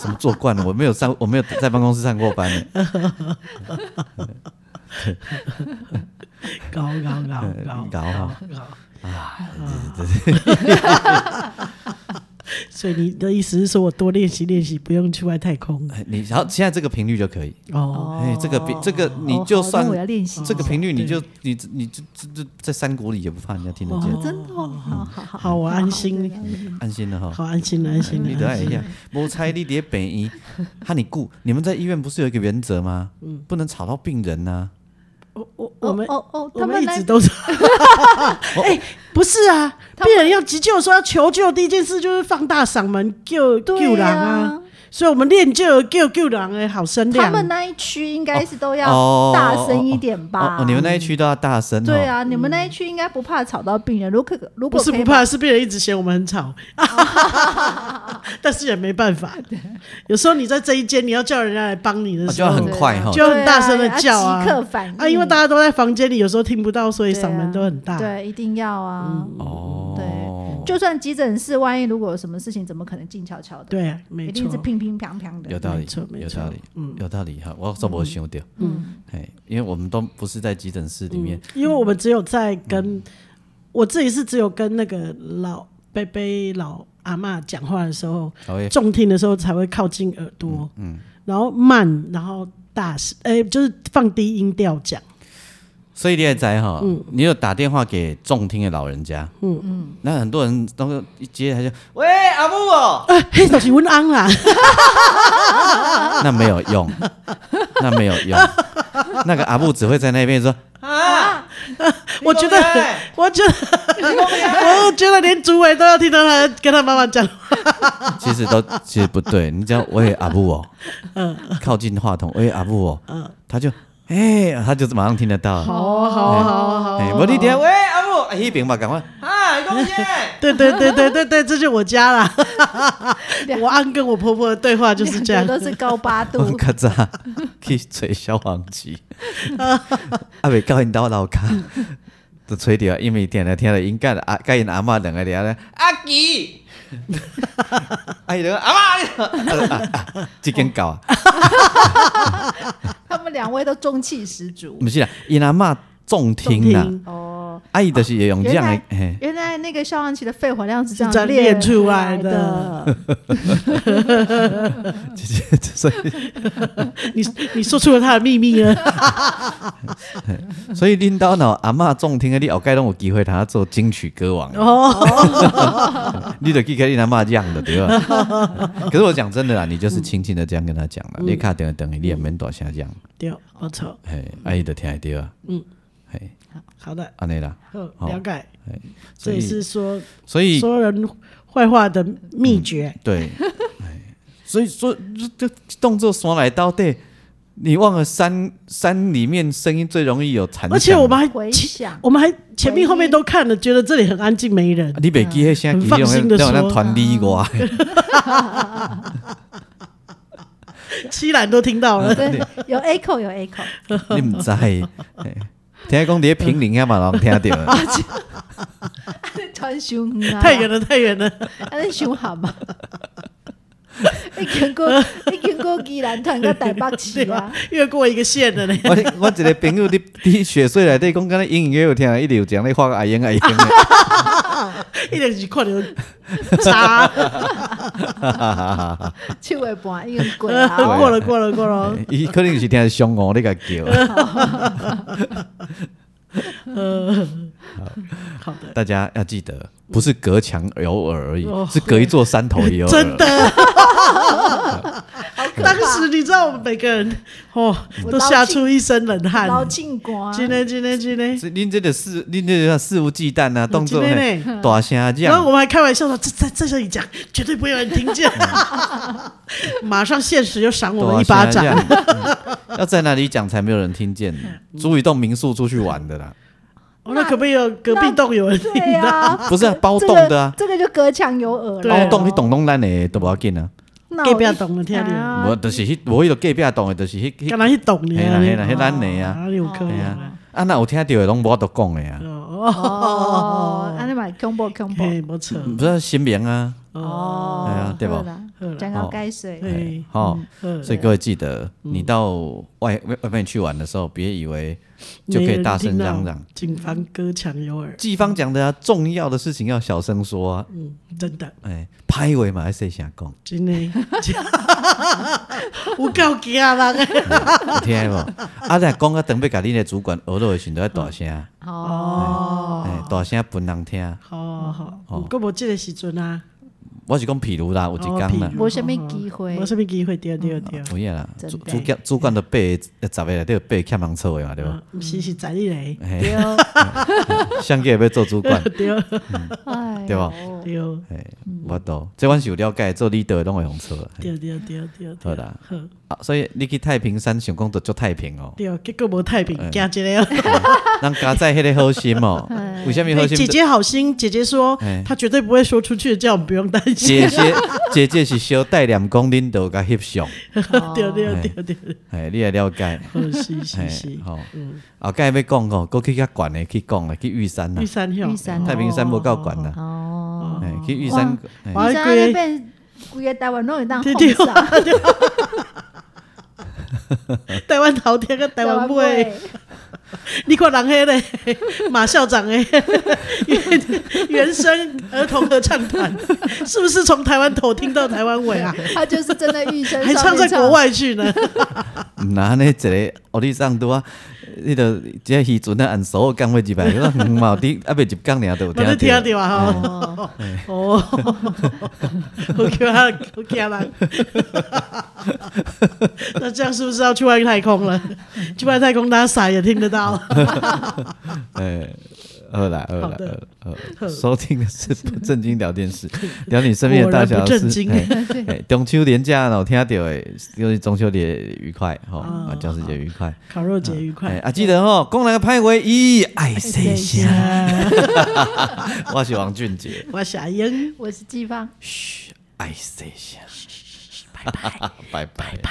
Speaker 1: 什么做惯了，我没有上，我没有在办公室上过班 的。
Speaker 2: 搞搞 搞搞
Speaker 1: 嗯搞好
Speaker 2: 搞。
Speaker 1: 啊，
Speaker 2: 所以你的意思是说我多练习练习，不用去外太空
Speaker 1: 哎 你然后现在这个频率就可以，
Speaker 2: 哦。
Speaker 3: 哦
Speaker 1: 哎，这个比这个你就
Speaker 3: 哦好
Speaker 1: 算
Speaker 3: 那我要练习
Speaker 1: 这个频
Speaker 2: 嗯
Speaker 1: 率，你就你你就就就在山谷里也不怕人家听得见，
Speaker 3: 真的哦，好好好，
Speaker 2: 好，我安心，
Speaker 1: 安心了哈。
Speaker 2: 好安心了，安
Speaker 1: 哎
Speaker 2: 心
Speaker 1: 你
Speaker 2: 了。
Speaker 1: 得
Speaker 2: 安
Speaker 1: 爱一
Speaker 2: 心了
Speaker 1: 样，无猜你得北医，哈你顾，你们在医院不是有一个原则吗？
Speaker 2: 嗯
Speaker 1: 不能吵到病人呐。
Speaker 2: 我我
Speaker 3: 哦
Speaker 2: 我们
Speaker 3: 哦哦，
Speaker 2: 我
Speaker 3: 他
Speaker 2: 们
Speaker 3: 们
Speaker 2: 一
Speaker 3: 来
Speaker 2: 直 都是，哎，不是啊，病人要急救说要求救，第一件事就是放大嗓门救救
Speaker 3: 对
Speaker 2: 人啊。
Speaker 3: 啊，
Speaker 2: 所以我们练就救救人的好声
Speaker 3: 他们
Speaker 2: 量。
Speaker 3: 那一区应该是都
Speaker 1: 哦
Speaker 3: 要大声一点吧
Speaker 1: 哦，？你们那一区都要大声哦。
Speaker 3: 对啊，你们那一区应该不怕吵到病人，如果如
Speaker 2: 不
Speaker 3: 果
Speaker 2: 是
Speaker 3: 可
Speaker 2: 不
Speaker 3: 以
Speaker 2: 怕，是病人一直嫌我们很 吵， 但是也没办法。有时候你在这一间，你要叫人家来帮你的
Speaker 1: 哦，
Speaker 2: 时
Speaker 1: 就
Speaker 2: 候
Speaker 1: 要，很快哈。
Speaker 2: 就要很大声的叫
Speaker 3: 啊，
Speaker 2: 啊
Speaker 3: 即刻反应
Speaker 2: 啊，因为大家都在房间里，有时候听不到，所以嗓门都很大。
Speaker 3: 啊对，一定要啊。
Speaker 2: 嗯
Speaker 1: 哦，
Speaker 3: 就算急诊室，万一如果有什么事情，怎么可能静悄悄的？
Speaker 2: 对啊，没
Speaker 3: 一
Speaker 2: 错
Speaker 3: 定是，乒乒乓乓的。
Speaker 1: 有道
Speaker 2: 没
Speaker 1: 理
Speaker 2: 错，没
Speaker 1: 有
Speaker 2: 错嗯
Speaker 1: 道理，有道理哈。我怎么想到？
Speaker 3: 嗯，
Speaker 1: 哎，因为我们都不是在急诊室里面，
Speaker 2: 因为我们只有在跟、我自己是只有跟那个老贝贝老阿嬷讲话的时候，
Speaker 1: 才会
Speaker 2: 重听的时候才会靠近耳朵，嗯，然后慢，然后大声，哎、就是放低音调讲，
Speaker 1: 所以你也在哈，
Speaker 2: 嗯
Speaker 1: 你有打电话给重听的老人家，嗯嗯，那很多人都是一接他就喂阿母哦，
Speaker 2: 哎、嘿，就是温安 啦，
Speaker 1: 那没有 用，那没有用，那个阿母只会在那边说，
Speaker 2: 我觉得，我觉得，我觉得连主委都要听到他跟他妈妈讲，
Speaker 1: 其实都其实不对，你只要喂阿母哦，
Speaker 2: 嗯
Speaker 1: 靠近话筒喂阿母哦，他就哎，他就马上听得到，
Speaker 2: 好好好好，
Speaker 1: 哎，无你听喂阿母，啊那边嘛赶快，啊，你讲啥？
Speaker 2: 对对对对对对，这就是我家啦，我安跟我婆婆的对话就是这样
Speaker 3: 两，个都是高八
Speaker 1: 我
Speaker 3: 度。
Speaker 1: 较早去找消防局，啊未到因兜楼骹，就找着，因为定定听着因甲阿甲因阿嬷两个聊咧，阿吉，啊伊就讲阿嬷，啊啊啊即间狗啊，
Speaker 2: 哦
Speaker 3: 他们两位都中气十 足。
Speaker 1: 毋是啦，因阿嬷重听啦，
Speaker 3: 哦，
Speaker 1: 啊伊就是会用这
Speaker 3: 原
Speaker 1: 样的
Speaker 2: 哦
Speaker 3: 来，
Speaker 1: 嘿，
Speaker 3: 原来那个消防器的肺活量是这
Speaker 2: 是这样
Speaker 3: 样
Speaker 2: 练出来
Speaker 3: 来
Speaker 2: 的。
Speaker 1: 就是 所以
Speaker 2: 你你说出了他的秘密了，
Speaker 1: 所以恁兜若有阿嬷重听的，你后盖拢有机会通做金曲歌王。
Speaker 2: 哦，
Speaker 1: 你得去跟你阿妈讲的，对吧？ 可是我讲真的啦，你就是轻轻的这样跟他讲了，
Speaker 2: 嗯
Speaker 1: 你卡等等，你也免大声讲，
Speaker 2: 对，没错，
Speaker 1: 嘿，阿姨的听得到啊，嗯，嘿，
Speaker 2: 好的，
Speaker 1: 安尼啦，
Speaker 2: 好
Speaker 1: 好
Speaker 2: 哦了解，这
Speaker 1: 哦所
Speaker 2: 也
Speaker 1: 以
Speaker 2: 是说
Speaker 1: 所以嗯
Speaker 2: 说人坏话的秘诀。
Speaker 1: 对，哎所以说这这动作耍来到底，你忘了山山里面声音最容易有残响，
Speaker 2: 而且我们
Speaker 3: 回
Speaker 2: 还前
Speaker 3: 想
Speaker 2: 我们还前面后面都看了，觉得这里很安静，没人
Speaker 1: 啊。你北记迄声，
Speaker 2: 很放心地
Speaker 1: 那那
Speaker 2: 说
Speaker 1: 团里我啊，
Speaker 2: 七兰都听到
Speaker 1: 嗯
Speaker 2: 了，
Speaker 3: 对，有 echo 有 echo，
Speaker 1: 你唔知道。 嘿听讲你平林遐嘛，人听到
Speaker 2: 啊
Speaker 1: 了，
Speaker 3: 穿胸啊，
Speaker 2: 太远了，太远 了。
Speaker 3: 啊，恁想下嘛？你经过，你经过宜兰团到台北市啊？
Speaker 2: 越过一个线 了呢。
Speaker 1: 我我一个朋友伫伫雪水内底讲，敢若隐隐约有听到，一直有讲咧画个阿英阿英 的。
Speaker 2: 一点是看到 查
Speaker 3: 手尾半已经过 啊！
Speaker 2: 过了过了过了，
Speaker 1: 伊可能是听上我咧甲 叫，
Speaker 2: 好的，
Speaker 1: 大家要记得，不是隔墙有耳而已
Speaker 2: 哦，
Speaker 1: 是隔一座山头也有 耳。
Speaker 2: 真的。
Speaker 3: 可怕
Speaker 2: 当时你知道我们每个人哦，都吓出一身冷
Speaker 3: 老
Speaker 2: 汗。
Speaker 3: 庆官，
Speaker 2: 今天今天今天，
Speaker 1: 是恁这个肆，恁这个肆无忌惮啊，动作
Speaker 2: 真的
Speaker 1: 嘿
Speaker 2: 呢
Speaker 1: 大声
Speaker 2: 然后我
Speaker 1: 讲，
Speaker 2: 们还开玩笑说，这在在这里讲，绝对不会有人听见。
Speaker 1: 嗯
Speaker 2: 马上现实就
Speaker 1: 啊
Speaker 2: 赏我们一巴
Speaker 1: 大声
Speaker 2: 掌。
Speaker 1: 讲， 嗯要在哪里讲才没有人听见呢？租一栋民宿出去玩的啦，
Speaker 2: 哦，那可不可以有隔壁栋有人听
Speaker 3: 对
Speaker 2: 到？
Speaker 3: 啊，
Speaker 1: 不是啊包
Speaker 3: 这
Speaker 1: 栋的
Speaker 3: 个
Speaker 1: 啊，
Speaker 3: 这个就隔墙有耳了。
Speaker 2: 对啊
Speaker 1: 包栋你懂拢咱的都无要紧啊，
Speaker 3: 那
Speaker 2: 隔
Speaker 3: 我
Speaker 2: 壁
Speaker 3: 一
Speaker 2: 栋的听到，
Speaker 3: 啊
Speaker 1: 无就是迄无迄个隔壁栋的，就是迄
Speaker 2: 刚
Speaker 1: 迄
Speaker 2: 才去懂你
Speaker 1: 嘿
Speaker 2: 啊
Speaker 1: 啦嘿啦，迄咱的啊，
Speaker 2: 哪里有可
Speaker 1: 嘿
Speaker 2: 能？
Speaker 1: 啊，啊那有听到的拢无得讲的啊，
Speaker 3: 哦，安尼嘛，combo
Speaker 2: 嘿，
Speaker 3: combo，
Speaker 2: 没错，
Speaker 1: 不是新名啊，
Speaker 3: 哦，
Speaker 1: 哎呀对吧
Speaker 3: 好啦？讲到该水，
Speaker 2: 对，
Speaker 1: 吼。
Speaker 2: 嗯
Speaker 1: 所以各位记得，你到外外外面去玩的时候，别以为就可以大声
Speaker 2: 嗯
Speaker 1: 嚷嚷。，
Speaker 2: 警方歌墙有耳，
Speaker 1: 季芳讲的啊，重要的事情要小声说啊，
Speaker 2: 嗯，真的，
Speaker 1: 哎，拍尾嘛，还是想讲，
Speaker 2: 真的， 有够惊人，
Speaker 1: 有听见无？啊，若讲啊，等要甲恁的主管学落的时阵要大声，
Speaker 3: 哦，
Speaker 1: 哎，大声分人听。
Speaker 2: 好好，有够无这个时阵啊，
Speaker 1: 我是讲，譬如哦啦，有一天啊嗯哦啦
Speaker 2: 哦譬，如
Speaker 3: 无什么机会
Speaker 2: 无，什么机会，对对对，
Speaker 1: 有影啦，
Speaker 3: 真
Speaker 1: 主
Speaker 3: 的
Speaker 1: 主管主管的八个呃十个内底有八哎个欠人错的嘛，对吧？
Speaker 2: 毋啊是是在你嘞，
Speaker 1: 嘿，
Speaker 3: 对，
Speaker 1: 上个要做主管，
Speaker 2: 哦 对
Speaker 3: 哎呦
Speaker 1: 对吧
Speaker 2: 对
Speaker 1: 哎，我懂，这阮是有了解，做 leader 拢会用错的。
Speaker 2: 对对对对
Speaker 1: 哎好
Speaker 2: 对，，
Speaker 1: 啦，啊，所以你去太平山想讲就足太平哦
Speaker 2: 对，结果无太平，
Speaker 1: 哎
Speaker 2: 惊一个。
Speaker 1: 咱家在迄个好心 哦，为 什么好
Speaker 2: 哎
Speaker 1: 心？哎
Speaker 2: 姐姐好心，姐姐说她绝对不会说出去，叫我们不用担心。
Speaker 1: 姐姐姐姐是小带念讲恁都甲翕相，
Speaker 2: 对对对对，
Speaker 1: 哎，你也了 解，
Speaker 2: 是
Speaker 1: 哎
Speaker 2: 是是，
Speaker 1: 吼，
Speaker 2: 嗯
Speaker 1: 后盖要讲吼，过去较悬的去讲的去玉山啦
Speaker 2: 玉，山
Speaker 3: 玉山
Speaker 1: 太平山无够悬啦，
Speaker 3: 哦，
Speaker 1: 哎，去玉山，哎
Speaker 2: 哇
Speaker 3: 你知影你变规个台湾拢会当封杀，
Speaker 2: 台湾头天跟台湾尾。你看人黑嘞， 马校长诶，原原生儿童合唱团，是不是从台湾头听到台湾尾啊？
Speaker 3: 他就是真的玉山
Speaker 2: 还唱在国，外去呢？
Speaker 1: 毋那安尼一个屋里上拄啊，迄个即渔船啊按手讲要 入来，我讲嘛有滴，啊袂入港尔都
Speaker 2: 我
Speaker 1: 有
Speaker 2: 就
Speaker 1: 听
Speaker 2: 听到。
Speaker 1: 到
Speaker 2: 啊！哦，哦， 我叫他，我叫他。 那这样是不是要去外太空了？去外太空，大家傻也听得 到。
Speaker 1: 哎，好啦，好
Speaker 2: 好
Speaker 1: 啦，
Speaker 2: 的
Speaker 1: 好啦好
Speaker 2: 好
Speaker 1: 啦，收听的是不正经聊 天室，聊你身边的大
Speaker 2: 果
Speaker 1: 小
Speaker 2: 然不
Speaker 1: 事
Speaker 2: 正。经
Speaker 1: 哎哎，中秋连假呢，我听到哎，就是中秋节愉快，吼，
Speaker 2: 哦
Speaker 1: 啊，教师节愉快，
Speaker 2: 烤肉节愉
Speaker 1: 哎
Speaker 2: 快！
Speaker 1: 啊，记得哦，讲那个派为一爱谁下，
Speaker 2: 啊
Speaker 1: 我是王俊杰，
Speaker 2: 我是阿英。
Speaker 3: 我是季芳。
Speaker 1: 嘘，爱谁下，拜拜，拜拜。